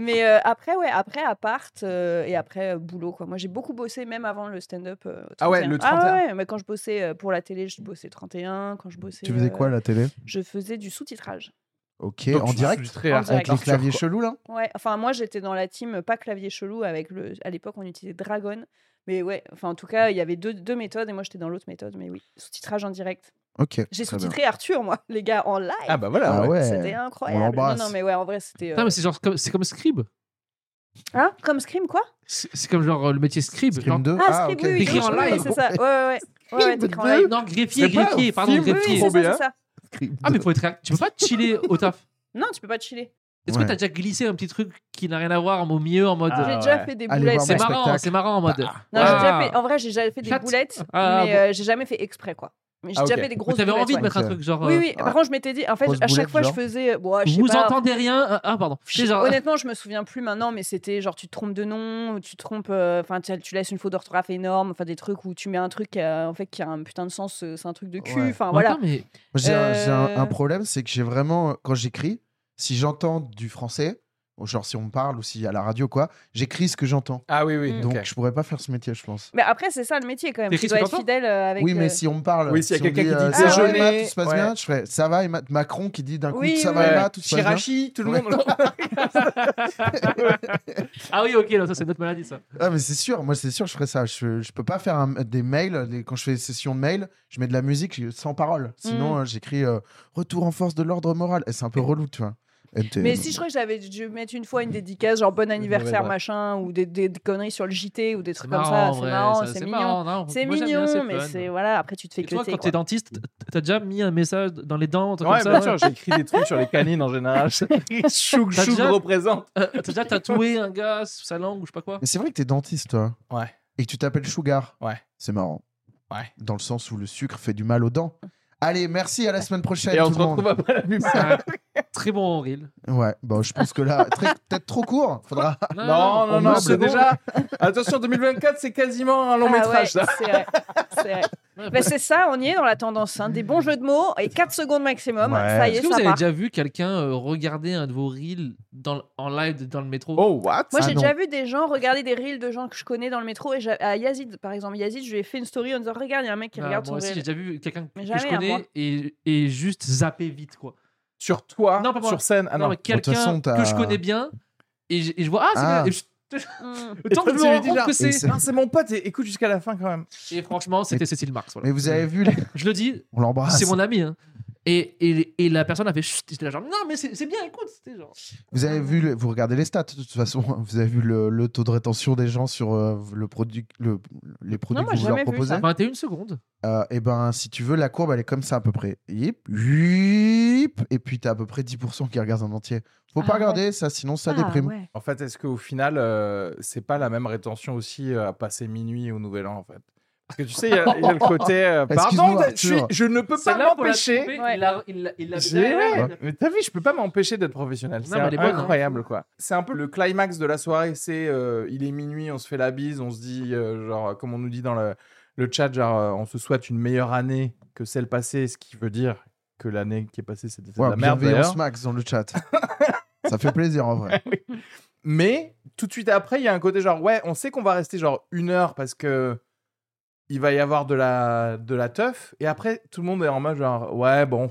B: Mais euh, après, ouais, après appart euh, et après euh, boulot, quoi. Moi, j'ai beaucoup bossé même avant le stand-up. euh, au
D: Ah ouais,
B: 31.
D: le
B: Ah
D: 31.
B: ouais, mais quand je bossais euh, pour la télé, je bossais 31. Quand je bossais.
A: tu faisais
B: euh,
A: quoi à la télé
B: Je faisais du sous-titrage.
A: Ok,
D: Donc,
A: en
D: tu
A: direct
D: sous-titrais
B: En
D: à-
B: direct.
A: Avec les
D: Arthur,
A: claviers
D: quoi.
A: chelous, là
B: Ouais, enfin, moi, j'étais dans la team euh, pas clavier chelou avec le. À l'époque, on utilisait Dragon. Mais ouais, enfin, en tout cas, il y avait deux, deux méthodes et moi, j'étais dans l'autre méthode. Mais oui, sous-titrage en direct.
A: Ok.
B: J'ai
A: très bien.
B: sous-titré Arthur, moi, les gars, en live.
D: Ah bah voilà.
A: Ah
D: ouais.
A: ouais.
B: C'était incroyable. Non,
A: l'embrasse.
B: non, mais ouais, en vrai, c'était. euh,
C: Putain, mais c'est genre comme, c'est comme scribe.
B: Hein Comme Scream, quoi
C: C'est c'est comme genre euh, le métier scribe.
A: Scream
C: genre-
A: 2
B: Ah, Scream, oui, oui.
C: T'écris
B: oui,
C: en
B: oui,
C: live.
B: C'est ça, ouais, ouais, ouais. Ouais, ouais, t'écris en live.
C: Non, greffier,
D: C'est pas un
C: greffier, pardon,
D: film,
B: Oui,
D: Trop
C: greffier.
B: oui, c'est ça,
D: bien.
B: c'est ça.
C: Ah, mais pour être réac- tu peux pas te chiller au taf.
B: Non, tu peux pas te chiller.
C: Est-ce
A: Ouais.
C: que t'as déjà glissé un petit truc qui n'a rien à voir au milieu en mode. euh,
F: Ah,
B: J'ai déjà
F: ouais.
B: fait des
A: Allez
B: boulettes.
A: voir
C: C'est
A: Mon
C: marrant,
A: spectacle.
C: c'est marrant en mode.
D: Bah.
B: Non, j'ai déjà
C: Ah.
B: fait- En vrai, j'ai déjà fait des
C: Chat.
B: boulettes,
C: Ah,
B: mais
C: bon.
B: euh, j'ai jamais fait exprès, quoi. Mais j'ai
D: Ah,
B: déjà
D: ok.
B: fait des
C: Mais
B: grosses
C: T'avais
B: boulettes.
C: envie de
B: ouais.
C: mettre un
A: Ok.
C: truc genre.
B: Oui,
C: euh,
B: oui.
A: Ouais.
B: Par contre, je m'étais dit, en fait,
A: Grosse
B: à chaque
A: boulette,
B: fois, je
A: genre.
B: faisais. Bon, je sais
C: Vous
B: pas.
C: entendez rien Ah, Ah, pardon.
B: Je-
C: C'est genre.
B: Honnêtement, je me souviens plus maintenant, mais c'était genre tu te trompes de nom, ou tu trompes, euh, enfin tu, tu laisses une faute d'orthographe énorme, enfin des trucs où tu mets un truc euh, en fait qui a un putain de sens, euh, c'est un truc de cul,
A: Ouais.
B: enfin
C: Attends,
B: voilà.
C: mais
A: J'ai un, j'ai un-
B: Euh.
A: un problème, c'est que j'ai vraiment, euh, quand j'écris, si j'entends du français, ou genre si on me parle ou si à la radio quoi, j'écris ce que j'entends.
D: Ah oui, oui.
B: Mm.
D: ok.
A: Donc je pourrais pas faire ce métier, je pense.
B: Mais après c'est ça le métier quand même,
C: T'écris ce
B: tu dois
C: que
B: être
C: t'entends
B: fidèle euh, avec.
A: oui, mais
B: euh,
A: si on me parle,
D: Oui, s'il y a
A: si on me
D: quelqu'un qui
A: euh,
D: dit
A: ça va
B: déjeuner,
A: et mat, tout se passe
D: ouais.
A: bien, je ferais ça va et mat. Macron qui dit d'un coup
B: Oui,
A: ça
B: Ouais.
A: va et mat, tout se passe bien.
D: Chirachi, tout le
A: Ouais.
D: monde.
C: Ah oui, ok, non, ça c'est notre maladie ça.
A: Ah mais c'est sûr, moi c'est sûr, je ferais ça. Je, je peux pas faire un- des mails. des- quand je fais des sessions de mails, je mets de la musique je- sans parole.
D: Mm.
A: Sinon, euh, j'écris euh, retour en force de l'ordre moral. Et c'est un peu relou, tu vois. MTM.
B: Mais si je crois que j'avais dû mettre une fois une dédicace, genre bon anniversaire,
D: ouais.
B: machin, ou des, des- des conneries sur le JT, ou des
C: C'est
B: trucs comme ça,
C: marrant, en
B: c'est
C: vrai,
B: marrant,
C: ça,
B: c'est
C: c'est
B: mignon.
C: marrant, non,
B: C'est
C: moi, j'aime bien,
B: mignon,
C: c'est
B: mais
C: fun.
B: c'est voilà, après tu te fais
C: Et toi,
B: cloter.
C: quand t'es
B: quoi.
C: dentiste, t- t'as déjà mis un message dans les dents, un truc
D: Ouais,
C: comme
D: bien
C: ça
D: sûr,
C: ouais
D: j'écris des trucs sur les canines en général. Chouk,
C: T'as
D: chouk
C: déjà-
D: représente.
C: Euh, T'as déjà tatoué un gars sous sa langue ou je sais pas quoi
A: Mais c'est vrai que t'es dentiste, toi.
D: Ouais.
A: Et que tu t'appelles Sugar.
D: Ouais.
A: C'est marrant.
D: Ouais.
A: Dans le sens où le sucre fait du mal aux dents. Allez, merci à la semaine prochaine.
D: Et on
A: tout
D: se
A: le monde.
D: retrouve après la pub.
C: C'est un Ah, Très bon reel.
A: Ouais, bon, je pense que là, très- peut-être trop court. Faudra.
D: Ah, Non, non,
A: on
D: non,
A: meuble.
D: c'est déjà. Attention, 2024, c'est quasiment un long
B: Ah ouais,
D: métrage. ça.
B: c'est vrai, c'est vrai.
C: Ouais,
B: Mais c'est ça, on y est dans la tendance, hein, des bons jeux de mots et 4 secondes maximum,
A: Ouais.
B: ça y
C: Est-ce
B: est,
C: que vous
B: ça
C: avez
B: part.
C: déjà vu quelqu'un euh, regarder un de vos reels dans, le- en live dans le métro
D: Oh, what?
A: Ah
B: Moi, j'ai
A: non.
B: déjà vu des gens regarder des reels de gens que je connais dans le métro. Et j'a- à Yazid, par exemple, Yazid, je lui ai fait une story en disant Regarde, il y a un mec qui
C: Ah,
B: regarde son
C: moi aussi, j'ai
B: reel.
C: déjà vu quelqu'un que
B: Mais
C: je
B: jamais, à moi.
C: connais et, et juste zapper vite, quoi.
D: Sur toi,
C: Non, pas moi.
D: sur scène. Ah
C: non,
D: non.
C: mais
A: façon,
C: quelqu'un
A: t'as-
C: que je connais bien et je, et je vois, ah, c'est
A: Ah.
C: bien. Et je-
B: Mm.
C: le temps que je me
D: C'est
C: rends
D: bizarre.
C: compte que
A: Et
C: c'est.
A: c'est-
D: Non, Ah, c'est mon pote, et écoute jusqu'à la fin quand même.
C: Et franchement, c'était Cécile Marx. voilà.
A: Mais vous avez Ah, vu, les-
C: Je le dis,
A: on l'embrasse.
C: c'est mon ami. hein. Et, et, et la personne avait chut, j'étais là genre non mais c'est c'est bien écoute c'était genre
A: Vous avez vu, le- vous regardez les stats de toute façon. Vous avez vu le, le taux de rétention des gens sur euh, le produit, le- les produits
B: moi,
A: que vous
B: j'ai
A: leur
B: jamais vu
A: proposez.
B: ça.
C: 21 secondes
A: et ben, si tu veux, la courbe elle est comme ça à peu près. Yip, yip, et puis t'as à peu près 10% qui regardent en entier. Faut
B: Ah
A: pas regarder ça, sinon ça
B: Ah,
A: déprime.
B: ouais.
D: En fait, est-ce qu'au final, euh, c'est pas la même rétention aussi euh, à passer minuit au Nouvel An en fait Parce que tu sais, il y, a il y a le côté. euh, pardon,
A: Excuse-nous,
D: je, suis-
A: Arthur.
D: je ne peux pas
C: Celle-là, on peut la
D: m'empêcher.
C: couper,
B: Ouais.
C: il l'a- il l'a- il l'avait
D: J'ai-
C: derrière, il
D: ouais,
C: l'a-
D: Mais t'as vu, je peux pas m'empêcher d'être professionnel.
C: Non,
D: C'est
C: mais elle est bonne, hein.
D: incroyable, quoi. C'est un peu le climax de la soirée. C'est euh, il est minuit, on se fait la bise, on se dit, euh, genre, comme on nous dit dans le, le chat, genre, euh, on se souhaite une meilleure année que celle passée, ce qui veut dire que l'année qui est passée, c'était de
A: Ouais,
D: la merde.
A: bienveillance
D: d'ailleurs.
A: max dans le chat. ça fait plaisir en vrai.
D: Mais tout de suite après, il y a un côté genre, ouais, on sait qu'on va rester genre une heure parce que il va y avoir de la, de la teuf. Et après, tout le monde est en mode genre, ouais, bon,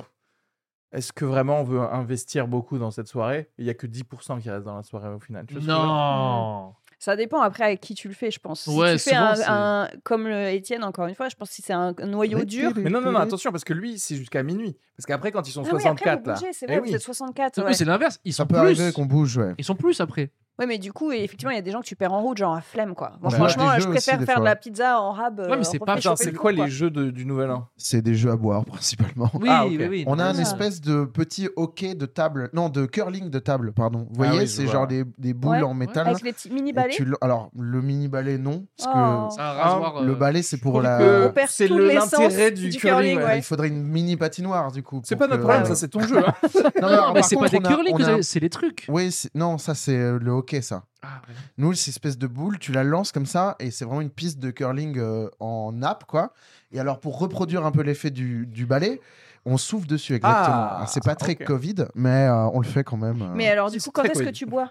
D: est-ce que vraiment on veut investir beaucoup dans cette soirée Il y a que 10% qui reste dans la soirée au final. Tu vois ce que je veux dire
C: non
B: Ça dépend après avec qui tu le fais, je pense. Si
C: Ouais,
B: tu fais
C: souvent,
B: un-
C: c'est-
B: un, Comme le Étienne, encore une fois, je pense que si c'est un noyau dur.
D: Mais non, non, non, attention, parce que lui, c'est jusqu'à minuit. Parce qu'après, quand ils sont
B: Ah oui, après,
D: 64,
B: vous bougez, c'est vrai,
D: Eh
B: vous
D: oui.
B: êtes 64.
C: Eux,
B: Ouais.
C: c'est l'inverse ils
A: Ça
C: sont
A: peut
C: plus
A: arriver qu'on Ah, bouge, ouais.
C: ils sont plus après
B: Ouais, mais du coup, effectivement, il y a des gens que tu perds en route, genre à flemme, quoi. Moi,
A: Ouais.
B: franchement,
A: Des
B: je
A: jeux
B: préfère
A: aussi, des
B: faire de
A: fois.
B: la pizza en rab.
C: Ouais, mais
B: euh,
C: c'est
B: refaire
C: pas-
B: les
D: Attends,
B: choper
D: Ah, c'est
B: le
D: quoi
B: coup,
D: les jeux de- du Nouvel An
A: C'est des jeux à boire principalement.
C: oui
D: Ah, ok.
C: oui oui
A: On a un
B: Ah.
A: espèce de petit hockey de table, non, de curling de table, pardon. Vous
D: Ah
A: voyez,
D: oui, je
A: c'est
D: vois.
A: genre des, des boules
B: Ouais.
A: en métal.
B: Avec les petits mini
A: Et
B: balais.
A: tu l- Alors, le mini balai, non. Parce
B: Oh.
C: c'est un rasoir
A: que Ah, le
C: euh,
A: balai, c'est pour
D: trouve
A: la.
D: que-
B: On perd
D: c'est
B: tout
D: le-
B: l'essence
D: l'intérêt du curling,
A: Ah, Il faudrait une mini patinoire, du coup.
D: C'est
A: pour
D: pas notre
A: que-
D: problème, ça, c'est ton jeu. hein.
A: Non,
C: non,
A: alors,
C: mais
A: par
C: c'est pas
A: contre,
C: des
A: on a-
C: curling
A: on
C: que
A: a-
C: vous avez, c'est les trucs
A: Oui, c'est- non, ça, c'est euh, le hockey, ça.
C: Ah, ouais.
A: Nous, c'est espèce de boule, tu la lances comme ça, et c'est vraiment une piste de curling euh, en nappe, quoi. Et alors, pour reproduire un peu l'effet du, du balai, on souffle dessus, exactement.
D: Ah,
A: Alors, c'est pas très
D: ok.
A: Covid, mais euh, on le fait quand même. euh,
B: Mais alors, du
D: C'est
B: coup, quand
D: très
B: est-ce que
D: cool.
B: tu bois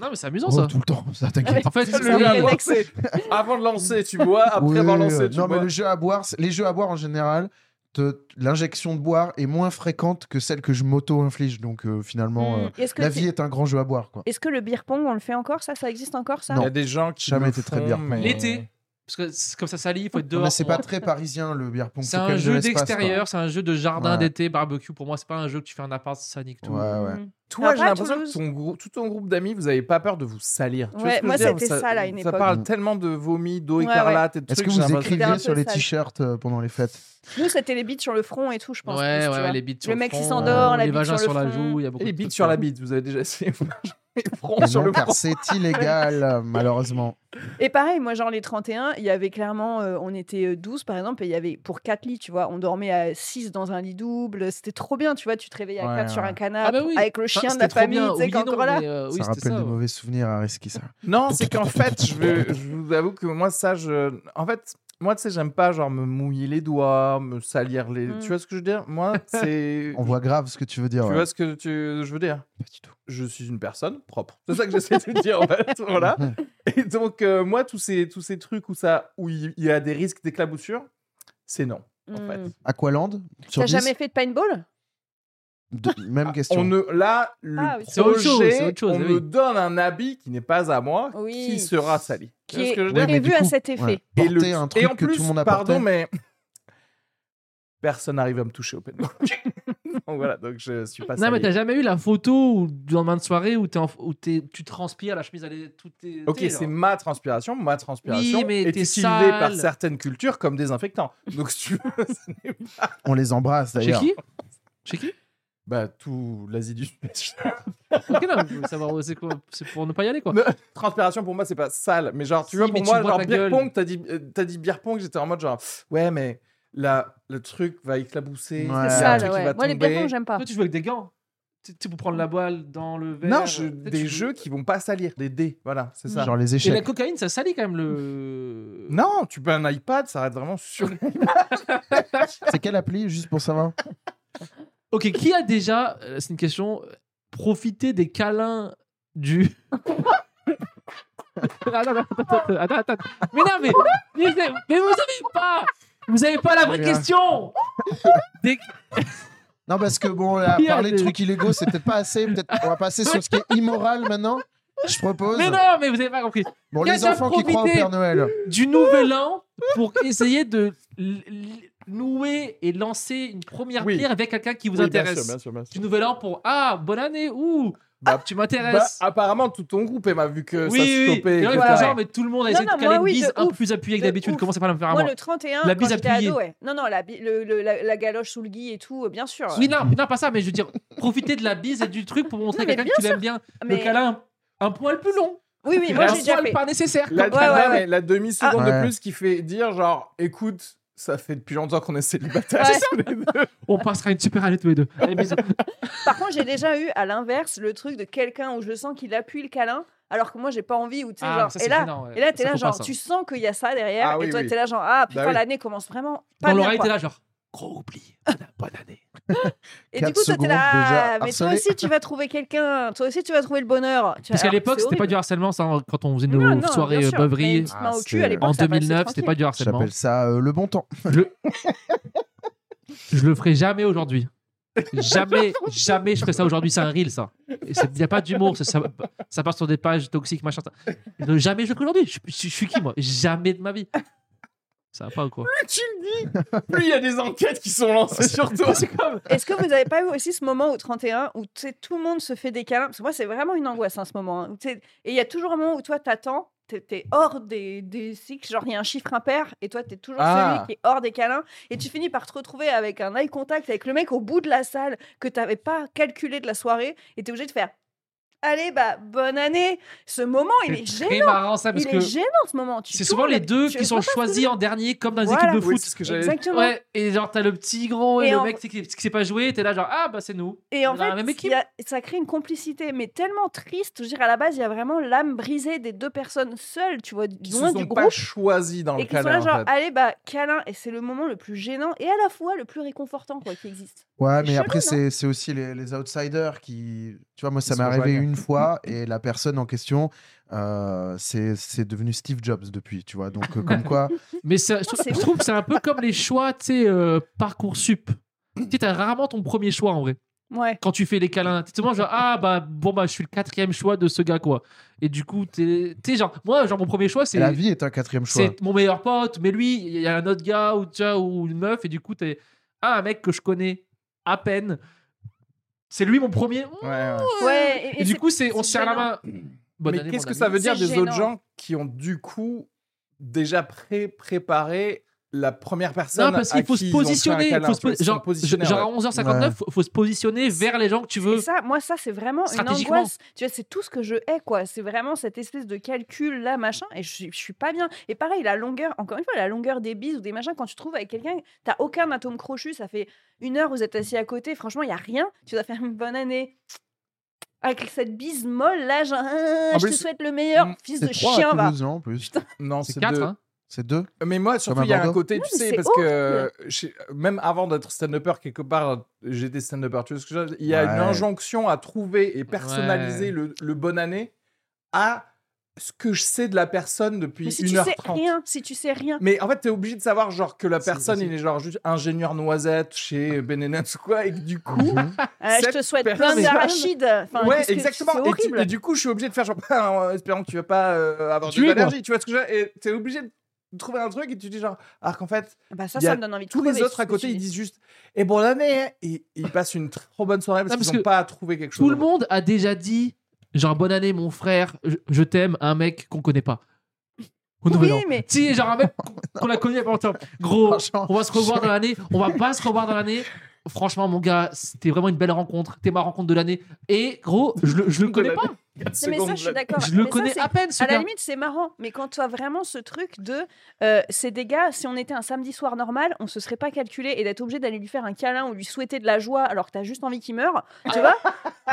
C: non mais c'est amusant
A: oh,
C: ça
A: tout le temps, ça
B: Ah,
A: t'inquiète.
C: en
D: Le
C: fait c'est-
D: jeu à
B: le
D: boire,
B: réflexe.
D: c'est avant de lancer, tu bois, après
A: Oui,
D: avoir
A: oui,
D: lancé,
A: oui.
D: tu
A: non,
D: bois.
A: mais le jeu à boire, c'est- les jeux à boire en général, te- l'injection de boire est moins fréquente que celle que je m'auto-inflige. Donc euh, finalement,
B: Hmm.
A: euh,
B: Est-ce que
A: la
B: t'es-
A: vie est un grand jeu à boire. Quoi.
B: Est-ce que le beer pong, on le fait encore ça Ça existe encore ça
D: Il y a
A: Non.
D: des gens qui
A: Jamais
D: le
A: été très
D: font,
A: bien.
D: mais-
C: L'été. parce que c'est- comme ça salit il faut être
A: Non,
C: dehors
A: Ah, mais c'est
C: on-
A: pas très parisien le beer pong.
C: c'est
A: faut quand
C: un
A: même de
C: jeu
A: l'espace, quoi.
C: d'extérieur c'est un jeu de jardin
A: Ouais.
C: d'été barbecue pour moi c'est pas un jeu que tu fais en appart ça nique tout
A: Ouais, ouais.
B: Hmm.
D: Toi, j'ai
B: Après,
D: l'impression que
B: Toulouse-
D: ton grou- tout ton groupe d'amis, vous n'avez pas peur de vous salir. Tu vois
B: Ouais,
D: ce que
B: moi,
D: je veux dire
B: c'était ça, là, à une
D: Ça
B: époque.
D: parle
A: Mm.
D: tellement de vomi, d'eau
B: Ouais, ouais.
D: écarlate et de
A: Est-ce
D: trucs.
A: que
D: j'ai
A: vous
D: l'impression-
B: C'était un
A: écriviez
B: peu
A: sur les
B: sale.
A: t-shirts euh, pendant les fêtes
B: Nous, c'était les bites sur le front et tout, je pense. plus,
C: Ouais,
B: tu vois.
C: ouais, les bites sur
B: Le
C: le,
B: mec qui
C: front, euh,
B: s'endort, la
C: les
B: bite
C: vagins
B: sur
C: sur,
B: le
C: la
B: front.
C: joue, il y a beaucoup
D: Et les
C: de
D: bites
C: trucs
D: sur la
C: comme ça.
D: bite, vous avez déjà essayé les fronts
A: Mais
D: sur
A: non,
D: le
A: car
D: front.
A: c'est illégal, euh, malheureusement.
B: Et pareil, moi, genre les 31, il y avait clairement, euh, on était euh, 12 par exemple, et il y avait pour 4 lits, tu vois, on dormait à 6 dans un lit double, c'était trop bien, tu vois, tu te réveillais à
D: Ouais,
B: 4 sur
D: ouais. Ah
B: un canapé
C: bah oui.
B: avec le
C: Enfin,
B: chien de
C: c'était
B: la
C: trop
B: famille,
C: bien,
B: tu sais,
C: oui,
B: qui est
C: non,
B: encore là.
C: mais, euh, oui,
A: ça
C: c'était
A: rappelle
C: ça,
A: de
C: ouais.
A: mauvais souvenirs à Reski, ça.
D: Non, c'est qu'en fait, je, veux- je vous avoue que moi, ça, je. En fait, moi, tu sais, j'aime pas genre me mouiller les doigts, me salir les.
B: Mm.
D: Tu vois ce que je veux dire Moi, c'est.
A: On voit grave ce que tu veux dire.
D: Tu
A: ouais.
D: vois ce que tu- je veux dire
A: Pas du tout.
D: Je suis une personne propre. C'est ça que j'essaie de dire en fait. Voilà. Et donc, euh, moi, tous ces, tous ces trucs où, ça, où il il y a des risques d'éclaboussure, c'est non. en
C: Mm.
D: fait.
B: Hmm.
A: Aqualand sur
B: T'as
A: 10,
B: jamais fait de paintball
A: de- Même question.
D: On ne, là, le
B: Ah oui.
C: C'est autre chose,
D: projet,
C: c'est autre chose,
D: on
C: oui.
D: me donne un habit qui n'est pas à moi,
B: Oui.
D: qui sera sali. Tu
B: Qui
D: vois ce
B: est
D: que je veux
A: Ouais,
D: dire
A: mais du
B: prévu à
A: coup,
B: cet effet.
A: ouais,
D: Et
A: porter
D: le-
A: un
D: et
A: truc
D: en
A: que
D: plus,
A: tout le monde a
D: pardon,
A: porté.
D: mais personne n'arrive à me toucher au open. donc voilà, donc je suis pas
C: Non, mais
D: sali.
C: t'as jamais eu la photo où, du lendemain de soirée où, t'es en- où t'es- tu transpires, la chemise, elle est toute.
D: Ok, c'est ma transpiration. Ma transpiration
C: Oui, mais
D: est
C: t'es
D: utilisée
C: sale.
D: par certaines cultures comme désinfectant. Donc, si tu veux, ça n'est-
A: On les embrasse
C: Chez
A: d'ailleurs.
C: qui Chez qui
D: bah, tout l'Asie du Sud.
C: Ok, non, je veux savoir, c'est quoi C'est pour ne pas y aller, quoi.
D: Non, Transpiration, pour moi, c'est pas sale. Mais genre, tu
C: Si,
D: vois,
C: mais
D: pour
C: tu
D: moi,
C: te bois
D: genre,
C: ta
D: beer
C: gueule.
D: pong, t'as dit, euh, t'as dit beer pong, j'étais en mode genre, ouais, mais là, le truc va éclabousser. il y a un
A: Ouais.
B: Sale,
D: truc qui
B: ouais.
D: va
B: Moi, les
D: tomber.
B: biathlons, j'aime pas.
C: Toi, tu joues avec des gants. Tu tu sais, pour prendre la balle dans le verre.
D: Ah.
C: euh,
D: Non, je-
C: Tu sais,
D: des
C: tu-
D: jeux qui vont pas salir. Des dés, voilà, c'est ça.
A: Genre les
C: Et la
A: échecs.
C: cocaïne, ça salit quand même le.
D: Non, tu peux un iPad, ça reste vraiment sur.
A: C'est quelle appli, juste pour savoir
C: Ok, qui a déjà, euh, c'est une question, euh, profité des câlins du. Ah non, non, attends, attends, attends, attends, attends. Mais non, mais, mais, c'est- mais vous savez pas Vous avez pas la vraie
A: Très bien.
C: question Des-
A: Non, parce que bon, là,
C: Il y a
A: parler de
C: des-
A: trucs illégaux, c'est peut-être pas assez. Peut-être on va passer sur ce qui est immoral maintenant. Je propose.
C: Mais non, mais vous avez pas compris.
A: Bon,
C: Qui a
A: les
C: déjà
A: enfants qui croient au
C: profité
A: Père Noël.
C: Du nouvel an pour essayer de l- l- nouer et lancer une première
D: Oui.
C: pierre avec quelqu'un qui vous
D: Oui, bien
C: intéresse.
D: sûr, bien sûr, bien sûr.
C: Du nouvel an pour Ah, bonne année, ouh ah,
D: Bah,
C: Tu
D: Bah,
C: m'intéresses
D: apparemment, tout ton groupe m'a vu que
C: Oui,
D: ça
C: oui,
D: se
C: oui.
D: chopait.
C: Et
D: et que
C: là, il faut
D: ça-
B: Voilà.
C: genre, mais tout le monde a essayé
B: Non,
C: de
B: non,
C: caler
B: moi,
C: une
B: oui,
C: bise
B: de
C: un peu
B: ouf.
C: plus appuyée que
B: De
C: d'habitude.
B: ouf.
C: Comment ça va me faire à
B: Moi,
C: moi
B: le 31,
C: La
B: quand
C: bise
B: j'étais
C: appuyée.
B: ado, ouais. Non, non, la, bi- le- le- la, la galoche sous le gui et tout, euh, bien sûr.
D: Ah
C: Oui, non, non, pas ça, mais je veux dire, profiter de la bise et du truc pour montrer à
B: mais
C: quelqu'un que tu l'aimes bien.
B: Mais-
C: Le câlin, un poil plus long.
B: Oui, oui,
C: un
B: moi,
C: poil
B: j'ai déjà fait.
C: pas nécessaire.
D: La,
B: Ouais, ouais, ouais.
D: mais la demi-seconde
A: Ah.
D: de plus qui fait dire, genre, écoute, ça fait depuis longtemps qu'on est célibataires
B: Ouais.
D: tous les deux.
C: On passera une super année tous les deux. Allez, bisous.
B: Par contre, j'ai déjà eu à l'inverse le truc de quelqu'un où je sens qu'il appuie le câlin, alors que moi, j'ai pas envie. Ou, tu sais, genre,
C: Ah, ça,
B: et
C: c'est
B: là,
C: gênant, ouais.
B: et là t'es
C: Ça hein.
B: là,
C: faut
B: genre,
C: pas, ça.
B: tu sens qu'il y a ça derrière,
D: Ah
B: et
D: oui,
B: toi,
D: oui.
B: t'es là, genre, ah putain,
D: Bah oui.
B: l'année commence vraiment
C: Dans
B: pas bien.
C: l'oreille,
B: quoi.
C: t'es là, genre, gros oubli. Bonne- Bonne année.
B: Et
A: Quatre
B: du coup, toi, t'es
A: secondes
B: là,
A: déjà
B: ah, mais toi
A: harcelé.
C: harcelé.
B: aussi, tu vas trouver quelqu'un, toi aussi, tu vas trouver le bonheur.
C: Parce
B: Tu vois,
C: qu'à
B: alors,
C: l'époque,
B: c'est
C: c'était pas
B: horrible.
C: du harcèlement, ça, hein, quand on faisait
B: Non,
C: nos
B: non, bien
C: soirées
B: sûr, mais une
C: beuveries.
B: petite main au
A: Ah,
B: cul,
A: c'est-
B: à l'époque,
C: euh, En
B: ça passait
C: 2009, c'était
B: tranquille.
C: pas du harcèlement.
A: J'appelle ça euh, le bon temps.
C: Je le ferai jamais aujourd'hui. Jamais, jamais je ferai ça aujourd'hui. C'est un reel, ça. Il n'y a pas d'humour. Ça, ça, ça part sur des pages toxiques, machin. ça. Le Jamais je le ferai aujourd'hui. Je, je- je suis qui, moi Jamais de ma vie. Ça va pas ou quoi
D: Plus tu le dis, plus il y a des enquêtes qui sont lancées sur toi.
C: C'est comme.
B: Est-ce que vous avez pas eu aussi ce moment au 31 où tu sais, tout le monde se fait des câlins Parce que moi, c'est vraiment une angoisse à ce moment. hein, où tu sais- Et il y a toujours un moment où toi, t'attends, t'es t'es hors des, des cycles, genre il y a un chiffre impair, et toi, t'es toujours
D: Ah.
B: celui qui est hors des câlins, et tu finis par te retrouver avec un eye contact avec le mec au bout de la salle que t'avais pas calculé de la soirée, et t'es obligé de faire Allez, bah, bonne année Ce moment, il est
C: C'est
B: gênant
C: très marrant, ça, parce
B: Il
C: que
B: est gênant ce moment. Tu
C: c'est
B: tournes
C: souvent les
B: et
C: deux
B: tu-
C: qui sont choisis en dernier, comme dans les
B: Voilà.
C: équipes de
D: Oui,
C: foot.
D: c'est ce que j'avais.
B: Exactement.
C: Ouais, et genre, t'as le petit grand et,
B: Et
C: le
B: en-
C: mec qui, qui sait pas jouer, t'es là, genre, ah bah c'est nous.
B: Et en
C: On a la
B: fait,
C: même
B: il
C: équipe.
B: y a- ça crée une complicité, mais tellement triste. Je veux dire, à la base, il y a vraiment l'âme brisée des deux personnes seules, tu vois,
D: Qui
B: loin
D: se sont
B: du
D: pas
B: groupe.
D: choisis dans le
B: Et qui sont là,
D: câlin,
B: genre,
D: en fait.
B: allez, bah, câlin. Et c'est le moment le plus gênant et à la fois le plus réconfortant, quoi, qui existe.
A: Ouais,
B: C'est
A: mais
B: chelou,
A: après,
B: non
A: c'est c'est aussi les, les outsiders qui. Tu vois, moi, ça
D: Ils
A: m'est
D: se
A: arrivé
D: rejoignent.
A: une fois et la personne en question, euh, c'est c'est devenu Steve Jobs depuis, tu vois. Donc, euh, comme quoi.
C: Mais ça, je,
B: Non,
C: trou-
B: c'est
C: je
B: ouf.
C: trouve que c'est un peu comme les choix, tu sais, euh, Parcoursup. Tu sais, t'as rarement ton premier choix en vrai.
B: Ouais.
C: quand tu fais les câlins. T'es souvent genre, ah bah bon, bah je suis le quatrième choix de ce gars quoi. Et du coup, t'es t'es genre, moi, genre mon premier choix, c'est
A: La vie est un quatrième choix.
C: c'est mon meilleur pote, mais lui, il y a un autre gars ou, tu vois, ou une meuf, et du coup, t'es, ah, un mec que je connais à peine. C'est lui mon premier.
A: Ouais, ouais.
B: Ouais, et- et
C: Et du
B: c'est-
C: coup, c'est on se
B: c'est
C: serre la
B: gênant.
C: main. Bonne
D: Mais
C: année,
D: qu'est-ce
C: mon
D: que ça
C: ami.
D: veut dire
B: C'est
D: des
B: gênant.
D: autres gens qui ont du coup déjà pré préparé la première personne
C: Non, parce
D: à
C: qu'il faut
D: qui
C: se
D: ils ont fait un
C: positionner.
D: câlin,
C: faut se
D: tu vois,
C: po-
D: ils sont
C: genre,
D: positionnés,
C: genre
D: ouais.
C: à 11h59, faut, faut se positionner vers les gens que tu
B: Et
C: veux.
B: ça, moi, ça, c'est vraiment une
C: Mm. Stratégiquement.
B: angoisse. Tu vois, c'est tout ce que je hais, quoi. C'est vraiment cette espèce de calcul là, machin. Et je, suis- je suis pas bien. Et pareil, la longueur, encore une fois, la longueur des bises ou des machins, quand tu te trouves avec quelqu'un, t'as aucun atome crochu. Ça fait une heure, vous êtes assis à côté. Franchement, il y a rien. Tu dois faire une bonne année. Avec cette bise molle là, genre, Ah,
D: En
B: je te
D: plus,
B: souhaite le meilleur,
D: mm,
B: fils
A: C'est
B: de
A: trois à
B: chien, va.
A: Toulouse, non, en plus.
D: Non,
C: C'est
D: c'est
C: 4,
D: deux.
C: hein.
A: C'est deux.
D: Mais moi, surtout,
A: à
D: il y a un
A: Bordeaux.
D: côté, tu
B: mais
D: sais,
B: c'est
D: parce que chez- même avant d'être stand-upper, quelque part, j'étais stand-upper. Tu vois ce que je veux dire Il y a une
A: Ouais.
D: injonction à trouver et personnaliser
C: Ouais.
D: le, le bon année à ce que je sais de la personne depuis
B: Mais si tu sais
D: 1h30.
B: rien, si tu sais rien.
D: Mais en fait, t'es obligé de savoir genre que la
C: C'est
D: personne, il
C: possible.
D: est genre juste ingénieur noisette chez Benenens ou quoi, et que du coup,
B: Euh, je
D: cette
B: te souhaite plein
D: personne-
B: d'arachides. Enfin,
D: ouais,
B: qu'est-ce que-
D: exactement.
B: C'est
D: Et, tu-
B: horrible.
D: et du coup, je suis obligé de faire genre, en espérant que tu vas pas euh, avoir
C: Tuer,
D: des
C: quoi.
D: allergies. Tu vois ce que je veux dire Et t'es obligé de trouver un truc et tu dis genre, alors qu'en fait,
B: Bah, ça,
D: il y a
B: ça me donne envie de
D: tous les
B: crever,
D: autres
B: ce
D: à
B: que
D: côté,
B: tu
D: ils
B: dis.
D: disent juste et bon l'année hein et ils passent une trop bonne soirée parce
C: Non, parce
D: qu'ils n'ont
C: que
D: pas trouvé quelque chose.
C: Tout le monde a déjà dit genre bonne année mon frère, je, je t'aime à un mec qu'on connaît pas. Au nouvel
B: Oui,
C: an.
B: mais-
C: Si, genre un mec qu'on- qu'on a connu il y a pas longtemps. Gros,
A: Franchement,
C: on va se revoir dans l'année, on va pas se revoir dans l'année. Franchement, mon gars, c'était vraiment une belle rencontre. T'es ma rencontre de l'année. Et gros, je le, je le
D: De
C: connais
D: l'année.
C: pas.
B: Non, mais ça, je suis d'accord.
C: Je le
B: Mais ça,
C: connais
B: c'est-
C: à peine, ce
B: À la
C: gars.
B: limite, c'est marrant, mais quand tu as vraiment ce truc de euh, ces dégâts, si on était un samedi soir normal, on se serait pas calculé et d'être obligé d'aller lui faire un câlin ou lui souhaiter de la joie alors que tu as juste envie qu'il meure, tu vois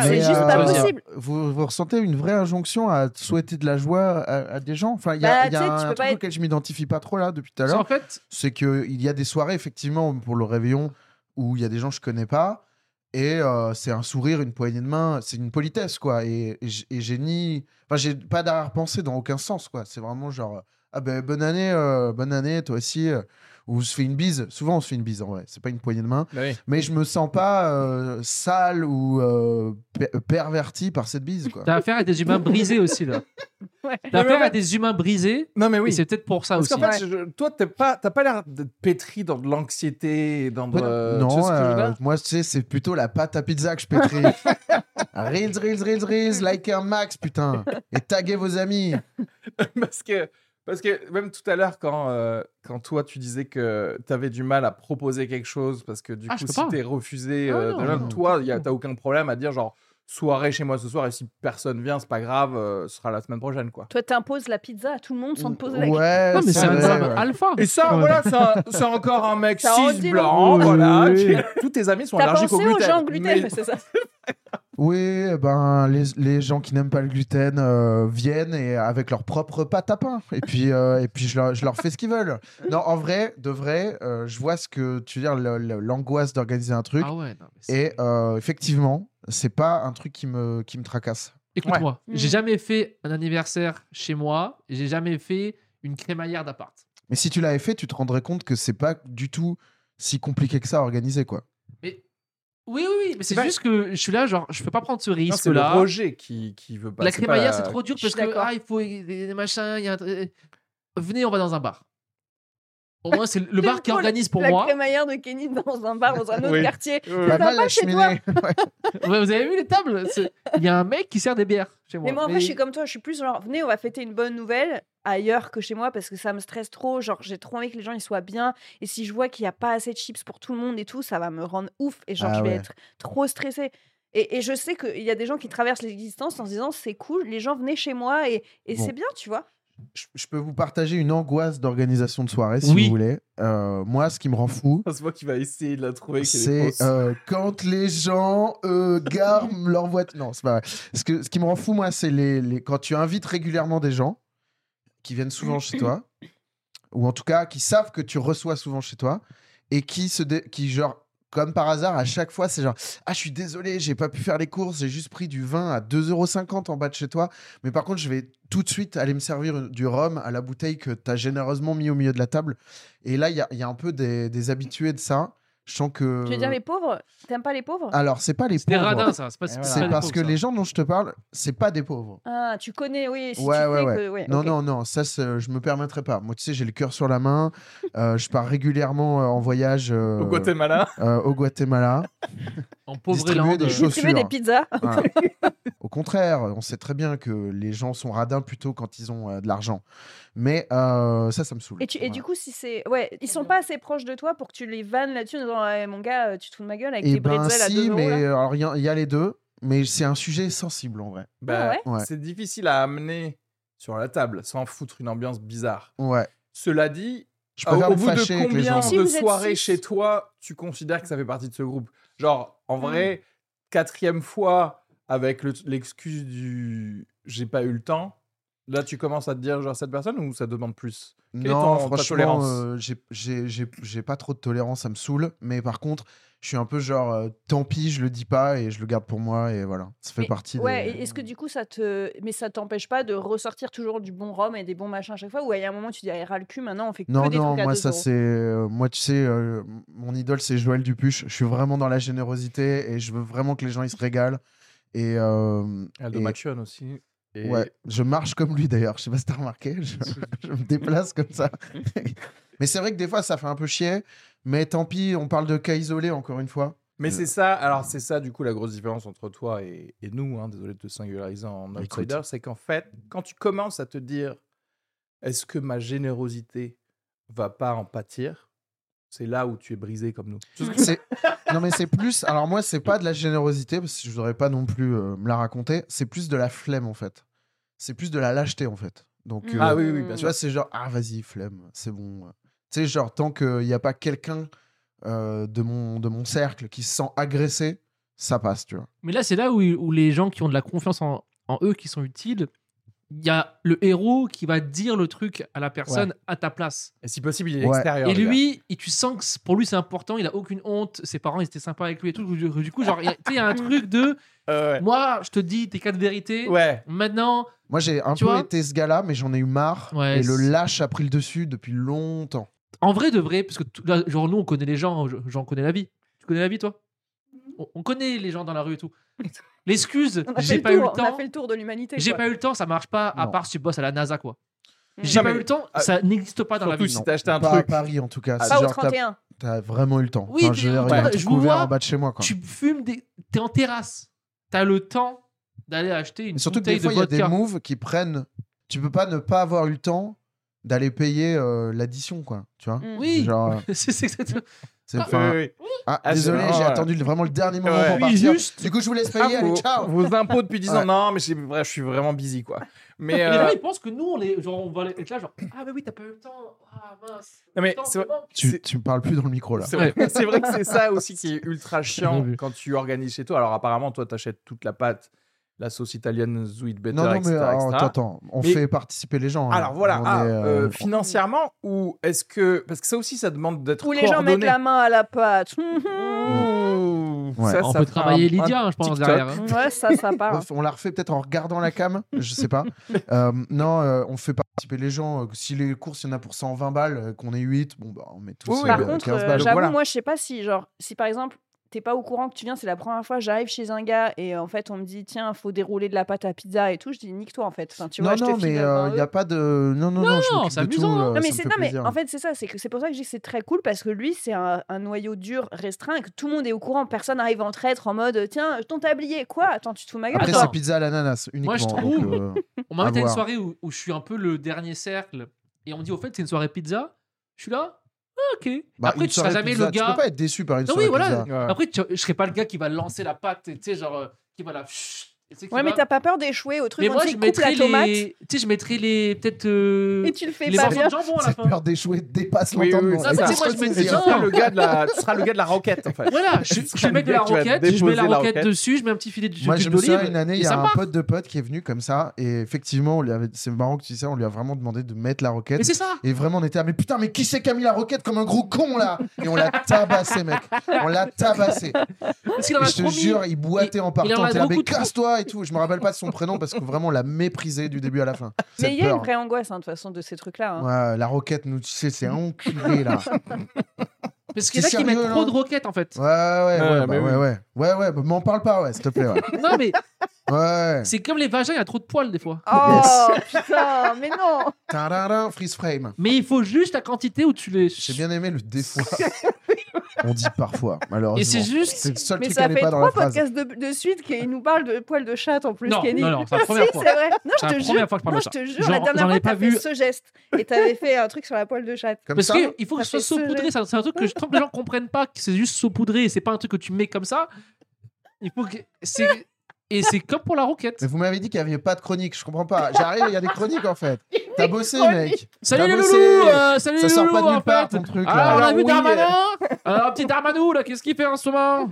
B: C'est
A: Mais,
B: Ah juste pas
A: euh,
B: possible.
A: Vous, vous ressentez une vraie injonction à souhaiter de la joie à, à des gens. Enfin, il y a,
B: Bah,
A: il y a
B: tu sais, tu
A: un
B: peux pas
A: truc
B: être-
A: auquel je m'identifie pas trop là depuis tout à
C: En
A: l'heure.
C: fait,
A: C'est qu'il y a des soirées, effectivement, pour le réveillon, où il y a des gens que je connais pas. Et euh, c'est un sourire, une poignée de main, c'est une politesse, quoi. Et, et j- et j'ai ni. Enfin, j'ai pas d'arrière-pensée dans aucun sens, quoi. C'est vraiment genre. Ah ben, bonne année, euh, bonne année, toi aussi. euh, Ou on se fait une bise. Souvent, on se fait une bise, en vrai. C'est pas une poignée de main
D: Bah
A: mais je me sens pas euh, sale ou euh, per- perverti par cette bise quoi.
C: t'as affaire à des humains brisés aussi, là.
B: Ouais.
C: T'as
D: Mais en
C: affaire
D: fait-
C: à des humains brisés.
D: Non mais
C: Et
D: oui.
C: c'est peut-être pour ça
D: Parce qu'en
C: aussi.
D: fait, je- toi, t'es pas, t'as pas l'air d'être pétri dans de l'anxiété, et dans de. euh, tu sais
A: non,
D: ce que je veux
A: euh,
D: dire
A: moi tu sais, c'est plutôt la pâte à pizza que je pétris. reels, reels, reels, reels, like un max putain et taguez vos amis.
D: parce que parce que même tout à l'heure quand euh, quand toi tu disais que t'avais du mal à proposer quelque chose parce que du
C: Ah,
D: coup
C: je peux
D: si
C: pas.
D: t'es refusé,
C: Ah,
D: euh,
C: non,
D: de même,
C: non,
D: toi, y a-
C: non.
D: t'as aucun problème à dire genre soirée chez moi ce soir et si personne vient, c'est pas grave, euh, ce sera la semaine prochaine quoi.
B: Toi, t'imposes la pizza à tout le monde sans te poser la question.
A: Ouais,
C: Non, mais c'est un
A: vrai,
C: homme
A: ouais.
C: alpha.
D: Et ça,
C: Ouais.
D: voilà, c'est un- c'est encore un mec
B: Ça en
D: cis
B: dit
D: blanc,
C: long.
D: voilà.
C: Oui.
D: qui- Tous tes amis sont
B: T'as
D: allergiques
B: pensé
D: au gluten.
B: aux gens gluten,
D: mais-
B: c'est ça.
A: Oui, eh ben les, les gens qui n'aiment pas le gluten euh, viennent et avec leur propre pâte à pain. Et puis euh, et puis je leur, je leur fais ce qu'ils veulent. Non, en vrai, de vrai, euh, je vois ce que tu veux dire le- le- l'angoisse d'organiser un truc.
C: Ah ouais, non, mais c'est-
A: Et euh, effectivement, c'est pas un truc qui me, qui me tracasse.
C: Écoute-moi,
B: Ouais.
C: j'ai
B: Mm.
C: jamais fait un anniversaire chez moi, et j'ai jamais fait une crémaillère d'appart.
A: Mais si tu l'avais fait, tu te rendrais compte que c'est pas du tout si compliqué que ça à organiser, quoi.
C: Mais oui, oui, oui, mais c'est
D: pas-
C: juste que je suis là, genre, je peux pas prendre ce
D: Non, c'est le
C: risque-là.
D: Roger qui, qui veut pas.
C: La
D: c'est
C: crémaillère,
D: pas
C: c'est
D: la-
C: trop dur
B: Je suis
C: parce que
B: d'accord.
C: ah, il faut des- des machins. il y a un tr- Venez, on va dans un bar. Au moins, c'est le bar qui
B: drôle,
C: organise pour
B: la
C: moi.
B: crémaillère de Kenny dans un bar, dans un autre
D: Oui.
B: quartier.
D: Euh,
A: Pas
B: va
A: mal
B: pas
A: la
B: chez
A: cheminée. Ouais.
C: Ouais, vous avez vu les tables C'est- Il y a un mec qui sert des bières chez moi.
B: Mais moi, en
C: Mais-
B: vrai, je suis comme toi, je suis plus genre, venez, on va fêter une bonne nouvelle ailleurs que chez moi parce que ça me stresse trop. Genre, j'ai trop envie que les gens ils soient bien. Et si je vois qu'il n'y a pas assez de chips pour tout le monde et tout, ça va me rendre ouf. Et genre,
A: Ah
B: je vais
A: ouais.
B: être trop stressée. Et, et je sais qu'il y a des gens qui traversent l'existence en se disant, c'est cool, les gens venaient chez moi et, et
A: Bon.
B: c'est bien, tu vois.
A: Je, je peux vous partager une angoisse d'organisation de soirée, si
C: Oui.
A: vous voulez. Euh, moi, ce qui me rend fou,
D: Ça se voit qu'il va essayer de la trouver. qu'elle est
A: c'est
D: fausse.
A: euh, quand les gens euh, garent leur voiture. Non, c'est pas vrai. Ce, que, ce qui me rend fou, moi, c'est les, les- quand tu invites régulièrement des gens qui viennent souvent chez toi, ou en tout cas qui savent que tu reçois souvent chez toi, et qui, se dé- qui genre, comme par hasard, à chaque fois, c'est genre Ah, je suis désolé, j'ai pas pu faire les courses, j'ai juste pris du vin à 2,50€ en bas de chez toi, mais par contre, je vais tout de suite aller me servir une- du rhum à la bouteille que tu as généreusement mis au milieu de la table. Et là, il y a, il y a un peu des, des habitués de ça. Je sens que.
B: Je veux dire, les pauvres, t'aimes pas les pauvres
A: Alors, c'est pas les
C: C'est des
A: pauvres.
C: radins, ça. C'est pas,
D: Ah, Et voilà.
A: C'est
C: pas des
A: parce
C: pauvres,
A: que
C: ça.
A: les gens dont je te parle, c'est pas des pauvres.
B: Ah, tu connais, oui. Si
A: Ouais,
B: tu
A: ouais,
B: sais
A: ouais.
B: que- ouais,
A: Non,
B: ok.
A: non, non, ça, c'est- je me permettrai pas. Moi, tu sais, j'ai le cœur sur la main. Euh, je pars régulièrement euh, en voyage euh,
D: Au Guatemala.
A: euh, au Guatemala.
C: En pauvre
A: Distribuer
C: Irlande.
A: des
C: euh,
A: choses.
B: Distribuer
A: chaussures.
B: des pizzas.
A: Hein. Au contraire, on sait très bien que les gens sont radins plutôt quand ils ont euh, de l'argent. Mais euh, ça, ça me saoule.
B: Et, tu- et du
A: Voilà.
B: coup, si c'est. Ouais, ils sont pas assez proches de toi pour que tu les vannes là-dessus en disant Ouais, mon gars, euh, tu te fous de ma gueule avec
A: Eh
B: tes
A: ben
B: bretzels à deux
A: si,
B: euros.
A: mais
B: là.
A: alors, il y, a- il y a les deux, mais c'est un sujet sensible en vrai.
B: Ah ouais
A: Ouais.
D: Bah, C'est difficile à amener sur la table sans foutre une ambiance bizarre.
A: Ouais.
D: Cela dit,
A: Je
D: au,
A: préfère
D: Ah, au
A: me
D: bout de
A: fâcher avec les gens.
D: combien
B: Si
D: de
B: vous êtes
D: soirées
B: six.
D: chez toi tu considères que ça fait partie de ce groupe Genre,
B: Hmm.
D: en vrai, quatrième fois avec le- l'excuse du j'ai pas eu le temps, là tu commences à te dire genre cette personne ou ça demande plus Quelle est
A: non,
D: ton- ta
A: franchement,
D: tolérance
A: euh, j'ai- j'ai j'ai- j'ai pas trop de tolérance, ça me saoule. Mais par contre, je suis un peu genre, euh, tant pis, je le dis pas et je le garde pour moi et voilà. Ça fait
B: Mais-
A: partie.
B: Ouais,
A: des-
B: et est-ce que du coup, ça te. Mais ça t'empêche pas de ressortir toujours du bon rhum et des bons machins à chaque fois Ou il y a un moment, tu dis Ah, ras le cul, maintenant on fait que
A: Non,
B: des
A: non,
B: trucs à
A: moi,
B: deux
A: ça,
B: euros.
A: c'est. euh, Moi, tu sais, euh, mon idole, c'est Joël Dupuche. Je suis vraiment dans la générosité et je veux vraiment que les gens, ils se régalent. Et, euh,
D: Aldo
A: Et-
D: Maction aussi. Et
A: ouais, je marche comme lui d'ailleurs. Je sais pas si t'as remarqué, je, je me déplace comme ça. mais c'est vrai que des fois, ça fait un peu chier. Mais tant pis, on parle de cas isolés encore une fois.
D: Mais
A: Euh.
D: c'est ça, alors c'est ça du coup la grosse différence entre toi et, et nous, hein, désolé de te singulariser en
A: Écoute.
D: outsider, c'est qu'en fait, quand tu commences à te dire est-ce que ma générosité va pas en pâtir, c'est là où tu es brisé comme nous.
A: C'est- Non, mais c'est plus. Alors, moi, c'est pas de la générosité, parce que je voudrais pas non plus euh, me la raconter. C'est plus de la flemme, en fait. C'est plus de la lâcheté, en fait. Donc,
B: Mm.
A: euh,
D: Ah oui, oui, oui, bien
A: tu
D: sûr.
A: vois, c'est genre, ah, vas-y, flemme, c'est bon. Tu sais, genre, tant qu'il n'y a pas quelqu'un euh, de, mon, de mon cercle qui se sent agressé, ça passe, tu vois.
C: Mais là, c'est là où, où les gens qui ont de la confiance en, en eux, qui sont utiles, il y a le héros qui va dire le truc à la personne à ta place.
D: Et si possible, il est
A: Ouais.
D: extérieur.
C: Et
D: le gars.
C: lui, et tu sens que c- pour lui c'est important, il a aucune honte, ses parents ils étaient sympas avec lui et tout. Du du coup, genre, il y a- tu sais, il y a un truc de
D: Euh,
C: moi, je te dis tes quatre vérités.
D: ouais. ouais.
C: Maintenant,
A: Moi, j'ai un
C: Tu
A: peu
C: vois
A: été ce gars-là, mais j'en ai eu marre.
C: Ouais,
A: et le
C: c'est-
A: lâche a pris le dessus depuis longtemps.
C: en vrai de vrai, parce que tout- là, genre nous on connaît les gens, je- j'en connais la vie. Tu connais la vie toi on, on connaît les gens dans la rue et tout. L'excuse,
B: On a fait
C: j'ai
B: le
C: pas eu
B: tour,
C: le
B: on a
C: temps.
B: fait le tour de l'humanité.
C: J'ai
B: quoi.
C: pas eu le temps, ça marche pas, à
A: Non.
C: part si tu bosses à la NASA quoi.
A: Mmh.
B: Mm.
C: J'ai
D: Non,
C: pas
D: mais-
C: eu le temps,
A: euh,
D: ah,
C: ça n'existe pas dans la
D: Surtout
C: vie.
D: si
A: non.
D: t'as acheté un
A: pas à
D: truc. Ah,
A: Paris, en tout cas. C'est
B: Pas au
A: Ah, genre, t'as
B: 31.
A: t'as vraiment eu le temps.
C: Oui,
A: Enfin, je veux
C: mais
A: dire,
C: en
A: il y a
C: vrai,
A: un
C: je
A: truc
C: vous
A: ouvert
C: vois,
A: en bas de chez moi. Quoi.
C: Tu fumes, des... t'es en terrasse, t'as le temps d'aller acheter une
A: Mais surtout que
C: bouteille
A: des fois, il
C: de
A: y a
C: vodka.
A: des moves qui prennent. Tu peux pas ne pas avoir eu le temps d'aller payer euh, l'addition, quoi. Tu vois
B: Mm.
C: Oui,
A: Genre, euh,
C: c'est c'est exactement-
A: c'est
C: Ah,
A: enfin,
D: Oui, oui, oui.
A: ah,
D: Ah, c'est-
A: désolé,
D: ah,
A: j'ai
D: voilà.
A: attendu le- vraiment le dernier moment
D: Ouais.
A: pour
D: Oui,
A: partir.
C: juste.
A: Du coup, je vous laisse payer.
D: Ah,
A: allez,
D: vos,
A: ciao.
D: vos impôts depuis 10 ans.
A: Ouais.
D: Non, mais j'ai- bref, je suis vraiment busy quoi. Mais
C: Et les gens,
D: euh,
C: ils pensent que nous, on, est, genre, on va être là, genre, ah, mais oui, t'as pas eu le temps. Ah, mince.
D: Non, mais
C: Le temps,
D: c'est vrai-
C: manque.
A: Tu,
D: c'est-
A: tu me parles plus dans le micro, là.
D: C'est vrai, c'est vrai que c'est ça aussi qui est ultra
C: bien
D: chiant
C: vu.
D: quand tu organises chez toi. Alors apparemment, toi, t'achètes toute la pâte, la sauce italienne, Zuid Better,
A: Non, non, mais
D: etc.
A: alors,
D: etc.
A: attends, attends. On
D: Mais-
A: fait participer les gens. hein.
D: Alors voilà,
A: On
D: ah,
A: est,
D: euh,
A: euh,
D: financièrement ou est-ce que parce que ça aussi, ça demande d'être
B: Où les gens mettent
D: coordonné.
B: la main à la pâte. Mmh,
D: Ouh,
A: Ouais.
D: ça,
C: on
D: ça fera
C: peut travailler
D: un-
C: Lydia,
D: un
C: hein, je pense,
D: TikTok.
C: derrière. hein.
B: mmh. Ouais, ça, ça part.
A: on la refait peut-être en regardant la cam, je sais pas. Euh, non, euh, on fait participer les gens. Euh, Si les courses, il y en a pour 120 balles, euh, qu'on est 8, bon, bah, on met tous
D: Oui, oui,
A: euh,
B: Par contre,
A: 15
B: euh,
A: balles.
B: j'avoue,
D: voilà.
B: moi, je sais pas si, genre, si par exemple, t'es pas au courant que tu viens, c'est la première fois, j'arrive chez un gars et euh, en fait, on me dit, tiens, faut dérouler de la pâte à pizza et tout, je dis, nique-toi en fait. Enfin, tu vois,
A: non,
B: je
A: non,
B: te
A: mais
B: file
A: il
B: un
A: n'y a
B: euro.
A: pas de. Non, non, non, je
C: Non,
A: m'occupe
C: c'est
A: de Tout,
C: amusant, hein.
A: euh,
B: euh, non mais,
A: ça me
B: c'est-
A: fait
B: non, mais
A: plaisir.
B: en fait c'est ça, c'est que c'est pour ça que je dis que c'est très cool parce que lui c'est un, un noyau dur restreint et que tout le monde est au courant, personne n'arrive en traître en mode tiens ton tablier quoi, attends tu te fous de ma gueule
A: Après,
B: toi
A: c'est pizza à l'ananas uniquement.
C: Moi, je
A: donc,
C: trouve-
A: euh,
C: On m'invite
A: À
C: à une
A: voir.
C: soirée où, où je suis un peu le dernier cercle et on me dit, au fait, c'est une soirée pizza. Je suis là. Ah, ok.
A: bah,
C: Après,
A: une
C: tu seras
A: soirée
C: jamais
A: pizza,
C: le
A: Tu
C: gars.
A: peux pas être déçu par une
C: Non,
A: soirée
C: oui, voilà.
A: pizza.
D: Ouais.
C: Après, tu- je serais pas le gars qui va lancer la pâte, tu sais, genre, euh, qui va la. et tu sais, qui
B: Ouais mais
C: va-
B: t'as pas peur d'échouer au truc,
C: Mais
B: on
C: moi,
B: dit,
C: je
B: coupe la
C: mettrais
B: tomate
C: les. Tu sais, je mettrais les. Peut-être. euh,
B: et tu le fais
C: les
B: pas
C: morceaux
B: bien.
C: de jambon à la
A: Cette
C: fin.
A: peur d'échouer dépasse
D: Oui, oui, oui,
A: l'entendement.
D: c'est
A: Et
D: ça.
A: ça
C: Moi,
A: se
C: je
D: Et
C: me
D: tu
A: ressaisit.
C: disais-
D: seras le gars de la, tu seras le gars de la roquette en fait.
C: Voilà, je,
D: Ce
C: je
D: sera
C: suis le mec de la
D: gars qui va
C: roquette, je mets
D: déposer
C: la
D: la
C: roquette
D: roquette.
C: dessus, je mets un petit filet de
A: Moi,
C: de
A: je me
C: d'olive.
A: souviens une année, il y
C: et ça
A: a un
C: part.
A: pote de pote qui est venu comme ça, et effectivement, on lui avait- c'est marrant que tu dis ça, on lui a vraiment demandé de mettre la roquette.
C: Mais c'est ça
A: Et vraiment, on était là, mais putain, mais qui c'est qui a mis la roquette comme un gros con là Et on l'a tabassé, mec. On l'a tabassé.
C: Parce qu'il en
A: Et
C: a
A: je te
C: trop mis.
A: jure, il boitait en
C: il en
A: partant.
C: a
A: T'es là, mais
C: beaucoup trop.
A: casse-toi et tout. Je me rappelle pas de son prénom parce que vraiment, on l'a méprisé du début à la fin. Cette
B: Mais il y a
A: peur.
B: une vraie angoisse hein, de toute façon de ces trucs là.
A: Ouais, la roquette, nous, tu sais, c'est un enculé là.
C: Parce qu'il y en a
A: C'est
C: qui mettent
A: sérieux, hein.
C: trop
A: là
C: de roquettes en fait.
A: Ouais, ouais, ouais,
D: Ouais,
A: bah,
D: mais oui.
A: ouais, ouais. Ouais, ouais, bah, m'en parle pas, ouais, s'il te plaît. Ouais.
C: Non mais
A: ouais.
C: c'est comme les vagins, il y a trop de poils des fois.
B: Oh putain, mais non
A: Tadadam, freeze frame.
C: Mais il faut juste la quantité où tu les.
A: J'ai bien aimé le défaut. On dit parfois, malheureusement.
C: Et c'est
A: C'est
C: juste.
A: le seul
B: Mais
A: truc
B: ça
A: qu'elle
B: fait
A: n'est pas dans
B: trois
A: la phrase.
B: podcasts de, de suite qu'il nous parle de poils de chatte en plus,
C: Non,
B: Kenny.
C: non, non, c'est la
B: Ah,
C: première
B: si,
C: fois.
B: c'est vrai. Non,
C: C'est
B: je
C: la
B: te
C: première
B: jure.
C: fois que je parle
B: Non,
C: de
B: je
C: ça.
B: te jure, la
C: J'en-
B: dernière
C: j'en ai
B: fois,
C: pas
B: t'as fait
C: vu.
B: ce geste et t'avais fait un truc sur la poil de chatte.
A: Comme
C: Parce
A: ça
C: qu'il faut que
B: Ça
C: ce soit
B: fait ce
C: saupoudré. C'est un c'est un truc que je sens que les gens comprennent pas que c'est juste saupoudré et c'est pas un truc que tu mets comme ça. Il faut que. c'est- Et c'est comme pour la roquette.
A: Mais vous m'avez dit qu'il n'y avait pas de chronique, je comprends pas. J'arrive, il y a des chroniques en fait. T'as bossé, mec.
C: Salut
A: Bah,
C: les
A: mais
C: loulous
A: c'est-
C: euh, Salut
A: ça
C: les
A: sort
C: loulous
A: pas de nulle
C: en
A: part,
C: fait.
A: ton truc,
C: Ah,
A: là.
C: on a
A: Alors,
C: vu
A: oui,
C: Darmanin Un petit Darmanou là, qu'est-ce qu'il fait en ce moment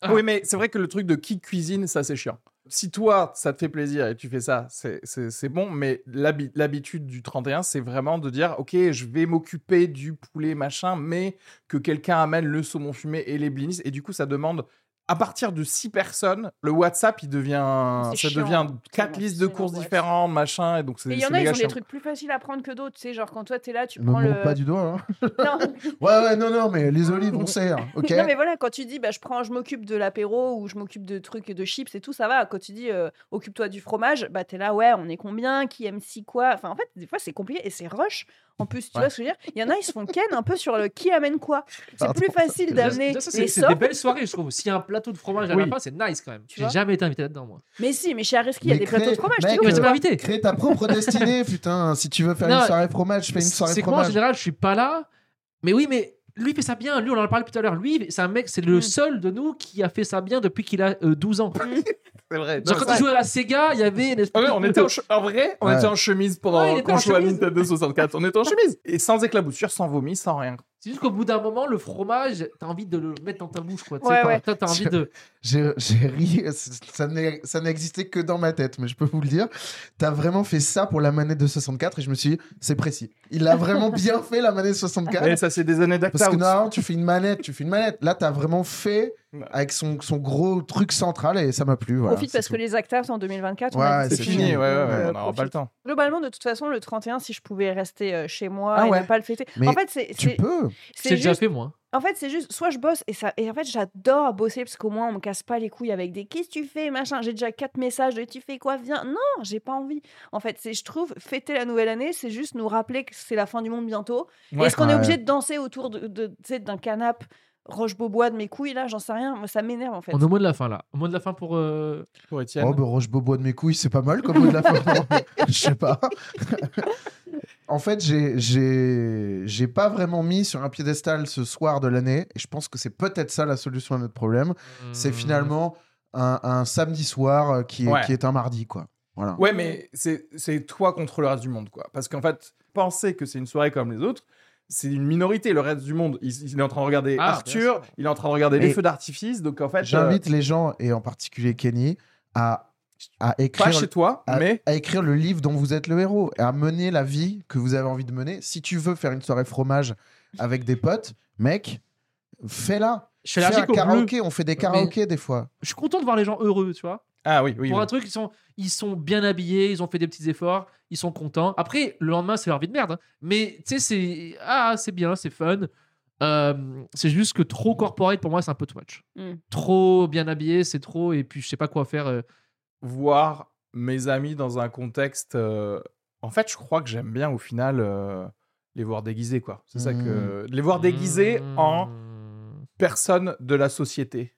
C: Ah.
D: Oui, mais c'est vrai que le truc de qui cuisine, ça c'est chiant. Si toi, ça te fait plaisir et tu fais ça, c'est- c'est c'est bon, mais l'habi- l'habitude du 31, c'est vraiment de dire Ok, je vais m'occuper du poulet machin, mais que quelqu'un amène le saumon fumé et les blinis. Et du coup, ça demande. À partir de 6 personnes, le WhatsApp, il devient.
B: C'est
D: Ça
B: chiant.
D: devient quatre
E: Vraiment,
D: listes de
E: c'est
D: courses
E: l'angoisse.
D: différentes, machin, et donc c'est
B: Mais il y
D: c'est hein.
B: en a, ils
D: méga
B: ont des
D: chiant.
B: trucs plus faciles à prendre que d'autres. Tu sais, genre quand toi t'es là, tu
A: Ne me
B: prends
A: montre
B: le.
A: pas du doigt. hein.
B: Non,
A: Ouais, ouais, non, non, mais les olives, on sert. Ok
B: Non, mais voilà, quand tu dis bah, je prends, je m'occupe de l'apéro ou je m'occupe de trucs de chips et tout, ça va. Quand tu dis euh, occupe-toi du fromage, bah t'es là, ouais, on est combien, qui aime si quoi. Enfin, en fait, des fois c'est compliqué et c'est rush. En plus, tu
D: Ouais.
B: vois ce que je veux dire Il y en a, ils se font ken un peu sur le qui amène quoi. C'est
A: Pardon,
B: plus facile
A: Ah, ça-
B: d'amener
C: Ça, C'est
B: les
C: c'est des
B: sorts.
C: belles soirées, je trouve. Si un plateau de fromage à
D: Oui.
C: la fin, c'est nice quand même.
B: Tu
C: J'ai
B: vois
C: jamais été invité là-dedans, moi.
B: Mais si, mais chez Areski, il y a
A: Mais
B: des plateaux de
A: crée-
B: fromage.
A: mec,
B: tu
A: Ouais,
C: Mais
B: vois,
C: j'étais
A: ouais.
C: pas invité.
A: Crée ta propre destinée, putain. Si tu veux faire
C: Non,
A: une soirée fromage, fais une soirée
C: C'est que moi, en
A: fromage.
C: général, je suis pas là. Mais oui, mais lui fait ça bien. Lui, on en a parlé tout à l'heure. Lui, c'est un mec, c'est le
B: Mm.
C: seul de nous qui a fait ça bien depuis qu'il a euh, 12 ans.
D: C'est vrai.
C: Genre,
D: Non,
C: quand il jouait à la Sega, il y avait une
D: Ah
C: espèce
D: ouais, on était en,
C: de-
D: che- en vrai, on
A: Ouais.
D: était en chemise
C: Ouais, il
D: pendant
C: était
D: qu'on
C: en
D: jouait à
C: chemise.
D: Nintendo 64. On était en chemise et sans éclaboussure, sans vomi, sans rien.
C: C'est juste qu'au bout d'un moment, le fromage, t'as envie de le mettre dans ta bouche, quoi. Tu sais,
B: Ouais,
C: t'as-
B: ouais.
C: t'as- t'as envie de.
A: J'ai j'ai ri, ça n'est- ça n'existait que dans ma tête, mais je peux vous le dire. T'as vraiment fait ça pour la manette de 64 et je me suis dit, c'est précis. Il a vraiment bien fait la manette 64.
D: Et ça, c'est des années d'acta
A: Parce que normalement, tu fais une manette, tu fais une manette. Là, t'as vraiment fait
D: Ouais.
A: avec son, son gros truc central et ça m'a plu. Voilà,
B: Profite
A: c'est
B: parce
A: tout.
B: que les acteurs en 2024, on
A: Ouais,
B: a dit
D: C'est fini, ouais, ouais, ouais,
B: Euh,
D: on n'aura
B: profite.
D: pas le temps.
B: Globalement, de toute façon, le 31, si je pouvais rester euh, chez moi
D: Ah
B: et
D: ouais.
B: ne pas le fêter.
A: Mais
B: en fait, c'est
A: Tu
B: c'est-
A: peux.
C: C'est
B: c'est
C: déjà
B: juste.
C: fait, moi. hein.
B: En fait, c'est juste, soit je bosse et ça, et en fait, j'adore bosser parce qu'au moins on me casse pas les couilles avec des qu'est-ce que tu fais, machin. J'ai déjà quatre messages de tu fais quoi, viens. Non, j'ai pas envie. En fait, c'est, je trouve, fêter la nouvelle année, c'est juste nous rappeler que c'est la fin du monde bientôt. Et
D: Ouais.
B: Est-ce qu'on
A: Ouais.
B: est obligé de danser autour de, de- tu sais, d'un canapé roche bobois de mes couilles là J'en sais rien. Moi, ça m'énerve en fait.
C: On est au mot de la fin, là. Au mot de la fin pour. euh,
D: Pour Étienne.
A: Oh, bah, roche bobois de mes couilles, c'est pas mal comme mot de la fin. Non, Je sais pas. en fait, j'ai- j'ai j'ai pas vraiment mis sur un piédestal ce soir de l'année. Et je pense que c'est peut-être ça la solution à notre problème. C'est finalement un, un samedi soir euh, qui est,
D: Mmh. Ouais.
A: qui est un mardi, quoi. Voilà.
D: Ouais, mais c'est c'est toi contre le reste du monde, quoi. Parce qu'en fait, penser que c'est une soirée comme les autres, c'est une minorité. Le reste du monde, il, il est en train de regarder
C: Ah,
D: Arthur,
C: bien sûr.
D: il est en train de regarder les
A: Mais
D: feux d'artifice. Donc en fait, euh,
A: J'invite les gens, et en particulier Kenny, à,
D: euh,
A: à
D: pas
A: écrire
D: chez toi,
A: à,
D: mais
A: à écrire le livre dont vous êtes le héros et à mener la vie que vous avez envie de mener. Si tu veux faire une soirée fromage avec des potes, mec, fais-la.
C: Je suis
A: Fais un
C: allergique au bleu.
A: karaoké, on fait des karaokés des fois.
C: Je suis content de voir les gens heureux, tu vois.
D: ah oui, oui,
C: pour
D: oui.
C: un truc, ils sont, ils sont bien habillés, ils ont fait des petits efforts, ils sont contents. Après, le lendemain, c'est leur vie de merde. hein. Mais tu sais, c'est ah, c'est bien, c'est fun. Euh, c'est juste que trop corporate pour moi, c'est un peu too much.
B: Mm.
C: Trop bien habillé, c'est trop. Et puis, je sais pas quoi faire. euh.
D: voir mes amis dans un contexte. euh, En fait, je crois que j'aime bien au final euh, les voir déguisés, quoi. C'est ça que. Les voir déguisés
C: Hmm.
D: en personne de la société.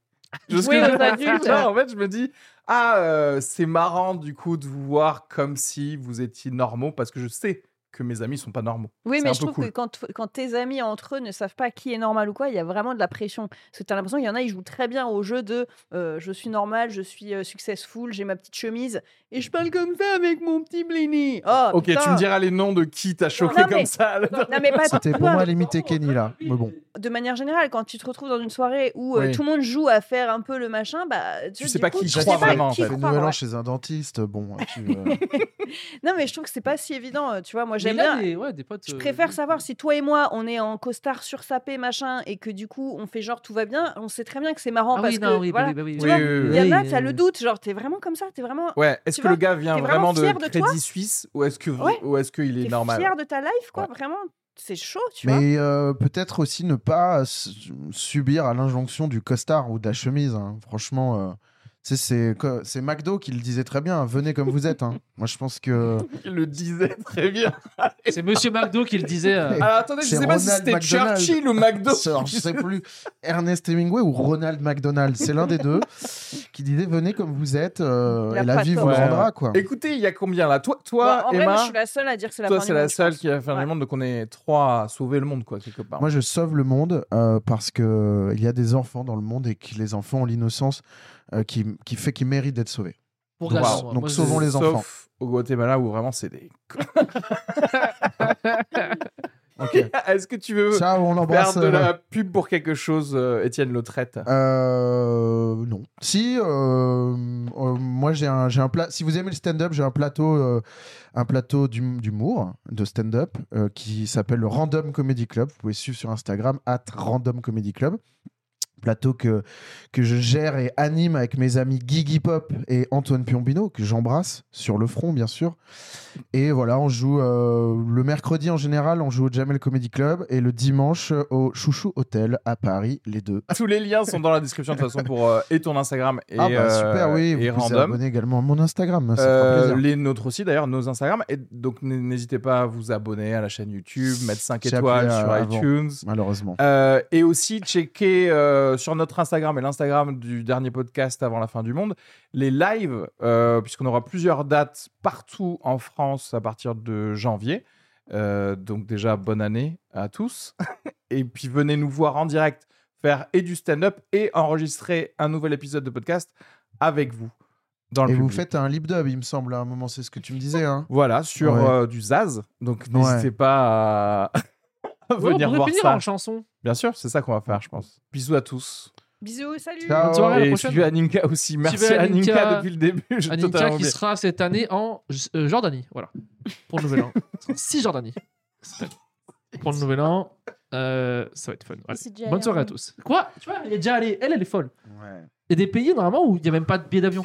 D: Je
B: Oui,
D: que
B: les adultes.
D: Non, en fait, je me dis, ah, euh, c'est marrant du coup de vous voir comme si vous étiez normaux, parce que je sais que mes amis sont pas normaux.
B: Oui,
D: C'est un
B: mais je
D: peu
B: trouve
D: cool.
B: que quand, quand tes amis entre eux ne savent pas qui est normal ou quoi, il y a vraiment de la pression. Parce que tu as l'impression qu'il y en a, ils jouent très bien au jeu de euh, je suis normal, je suis euh, successful, j'ai ma petite chemise et je parle comme ça avec mon petit blini. Oh,
D: ok,
B: putain.
D: tu me diras les noms de qui t'as choqué
B: Non,
D: comme
B: mais-
D: ça. là.
B: Non, mais pas
A: C'était
B: toi,
A: pour moi
B: mais
A: limiter Kenny là. Mais bon,
B: De manière générale, quand tu te retrouves dans une soirée où euh,
D: Oui.
B: tout le monde joue à faire un peu le machin, bah
D: Tu
B: vois,
D: sais
B: du
D: pas
B: coup,
D: qui
B: tu
D: je
B: sais
D: crois
B: pas
D: vraiment, en
B: qui
D: fait.
A: fais
B: croire,
A: nouvel an
B: ouais.
A: chez un dentiste. Bon, tu, euh,
B: Non, mais je trouve que c'est pas si évident. euh, Tu vois, moi
C: Mais
B: j'aime
C: là,
B: bien.
C: des- ouais, des potes,
B: Je
C: euh,
B: préfère savoir si toi et moi, on est en costard sursapé, machin, et que du coup, on fait genre tout va bien. On sait très bien que c'est marrant
C: Ah
B: parce
C: oui,
B: que.
C: non, oui,
B: voilà.
C: bah oui, bah oui,
B: Tu
C: oui,
B: vois,
C: oui,
D: il
B: Il
C: oui,
B: y en
C: oui,
B: a,
C: oui,
B: t'as le
C: oui.
B: doute. Genre, t'es vraiment comme ça T'es vraiment.
D: Ouais, est-ce
B: Tu
D: que
B: vois,
D: le gars vient
B: t'es
D: vraiment
B: vraiment
D: de
B: fier de
D: Crédit
B: toi
D: Suisse ou est-ce que
B: Ouais.
D: ou est-ce qu'il est,
B: T'es
D: normal
B: fier de ta life, quoi.
D: Ouais.
B: Vraiment, c'est chaud, tu vois.
A: Mais euh, peut-être aussi ne pas s- subir à l'injonction du costard ou de la chemise. hein. Franchement, euh, Tu sais, C'est co- c'est McDo qui le disait très bien, hein, venez comme vous êtes. hein. Moi, je pense que
D: Il le disait très bien.
C: C'est Monsieur McDo qui le disait. euh,
D: Alors attendez, je
A: C'est
D: sais pas si
A: Ronald
D: c'était
A: McDonald.
D: Churchill ou McDo.
A: Alors, je sais plus, Ernest Hemingway ou Ronald McDonald, c'est l'un des deux, qui disait venez comme vous êtes euh,
B: Il a
A: et la
B: pas
A: vie vous
B: tort.
A: rendra. Quoi.
D: Écoutez, il y a combien là Toi, toi
B: Bah, en vrai,
D: Emma,
B: moi, je suis la seule à dire que c'est la
D: toi
B: fin du
D: c'est la
B: monde, je
D: seule
B: pense.
D: qui va faire
B: Ouais.
D: le monde, donc on est trois à sauver le monde quoi quelque part.
A: Moi, je sauve le monde euh, parce que il y a des enfants dans le monde et que les enfants ont l'innocence euh, qui, qui fait qu'ils méritent d'être sauvés.
C: pour
A: Wow.
C: Gaston, moi.
A: Donc,
C: Moi, je-
A: sauvons les enfants.
D: Sauf au Guatemala où vraiment c'est des.
A: Ok.
D: Est-ce que tu veux
A: Ça, on
D: faire
A: l'embrasse.
D: de
A: euh,
D: la pub pour quelque chose, euh, Étienne Lautrette
A: Euh, non. Si, euh, euh, moi j'ai un, j'ai un plat. Si vous aimez le stand-up, j'ai un plateau, euh, un plateau d'hum- d'humour hein, de stand-up euh, qui s'appelle le Random Comedy Club. Vous pouvez suivre sur Instagram at Random Comedy Club. Plateau que, que je gère et anime avec mes amis Guigui Pop et Antoine Piombino, que j'embrasse sur le front, bien sûr. Et voilà, on joue euh, le mercredi en général, on joue au Jamel Comedy Club et le dimanche euh, au Chouchou Hotel à Paris, les deux.
D: Tous les liens sont dans la description de toute façon pour euh, et ton Instagram et,
A: Ah bah
D: euh,
A: super, oui,
D: et
A: vous pouvez vous
D: random.
A: abonner également à mon Instagram, ça fera
D: Euh,
A: plaisir.
D: les nôtres aussi d'ailleurs, nos Instagram. Et donc n- n'hésitez pas à vous abonner à la chaîne YouTube, mettre 5
A: J'ai
D: étoiles
A: appelé,
D: sur
A: euh, avant.
D: iTunes.
A: Malheureusement.
D: Euh, et aussi checker euh, sur notre Instagram et l'Instagram du dernier podcast avant la fin du monde les lives, euh, puisqu'on aura plusieurs dates partout en France à partir de janvier. Euh, donc déjà, bonne année à tous. et puis venez nous voir en direct faire et du stand-up et enregistrer un nouvel épisode de podcast avec vous. Dans le
A: Et vous
D: public.
A: faites un lip dub, il me semble, à un moment, c'est ce que tu me disais. Hein.
D: Voilà, sur
A: Ouais.
D: euh, du Zaz. Donc n'hésitez pas à... à
C: Ouais, on
D: venir
C: pourrait hein,
D: voir
C: finir
D: ça.
C: en chanson.
D: Bien sûr, c'est ça qu'on va faire, je pense. Bisous à tous.
B: Bisous, salut
A: Ciao.
C: Bonne soirée, à la
D: et
C: prochaine.
D: suivez Aninka aussi. Merci
C: Suivez
D: Aninka,
C: Aninka
D: depuis le début. J'ai
C: Aninka
D: totalement
C: qui
D: oublié.
C: sera cette année en euh, Jordanie, voilà. Pour le nouvel an. Si Jordanie. cette année. Pour le nouvel an, euh, ça va être fun.
E: Il
C: Allez.
E: s'est déjà
C: Bonne
E: allé
C: soirée
E: en-
C: à tous. Quoi Tu vois, elle est déjà allée. Elle, elle est folle. Il y a des pays normalement où il n'y a même pas de billet d'avion.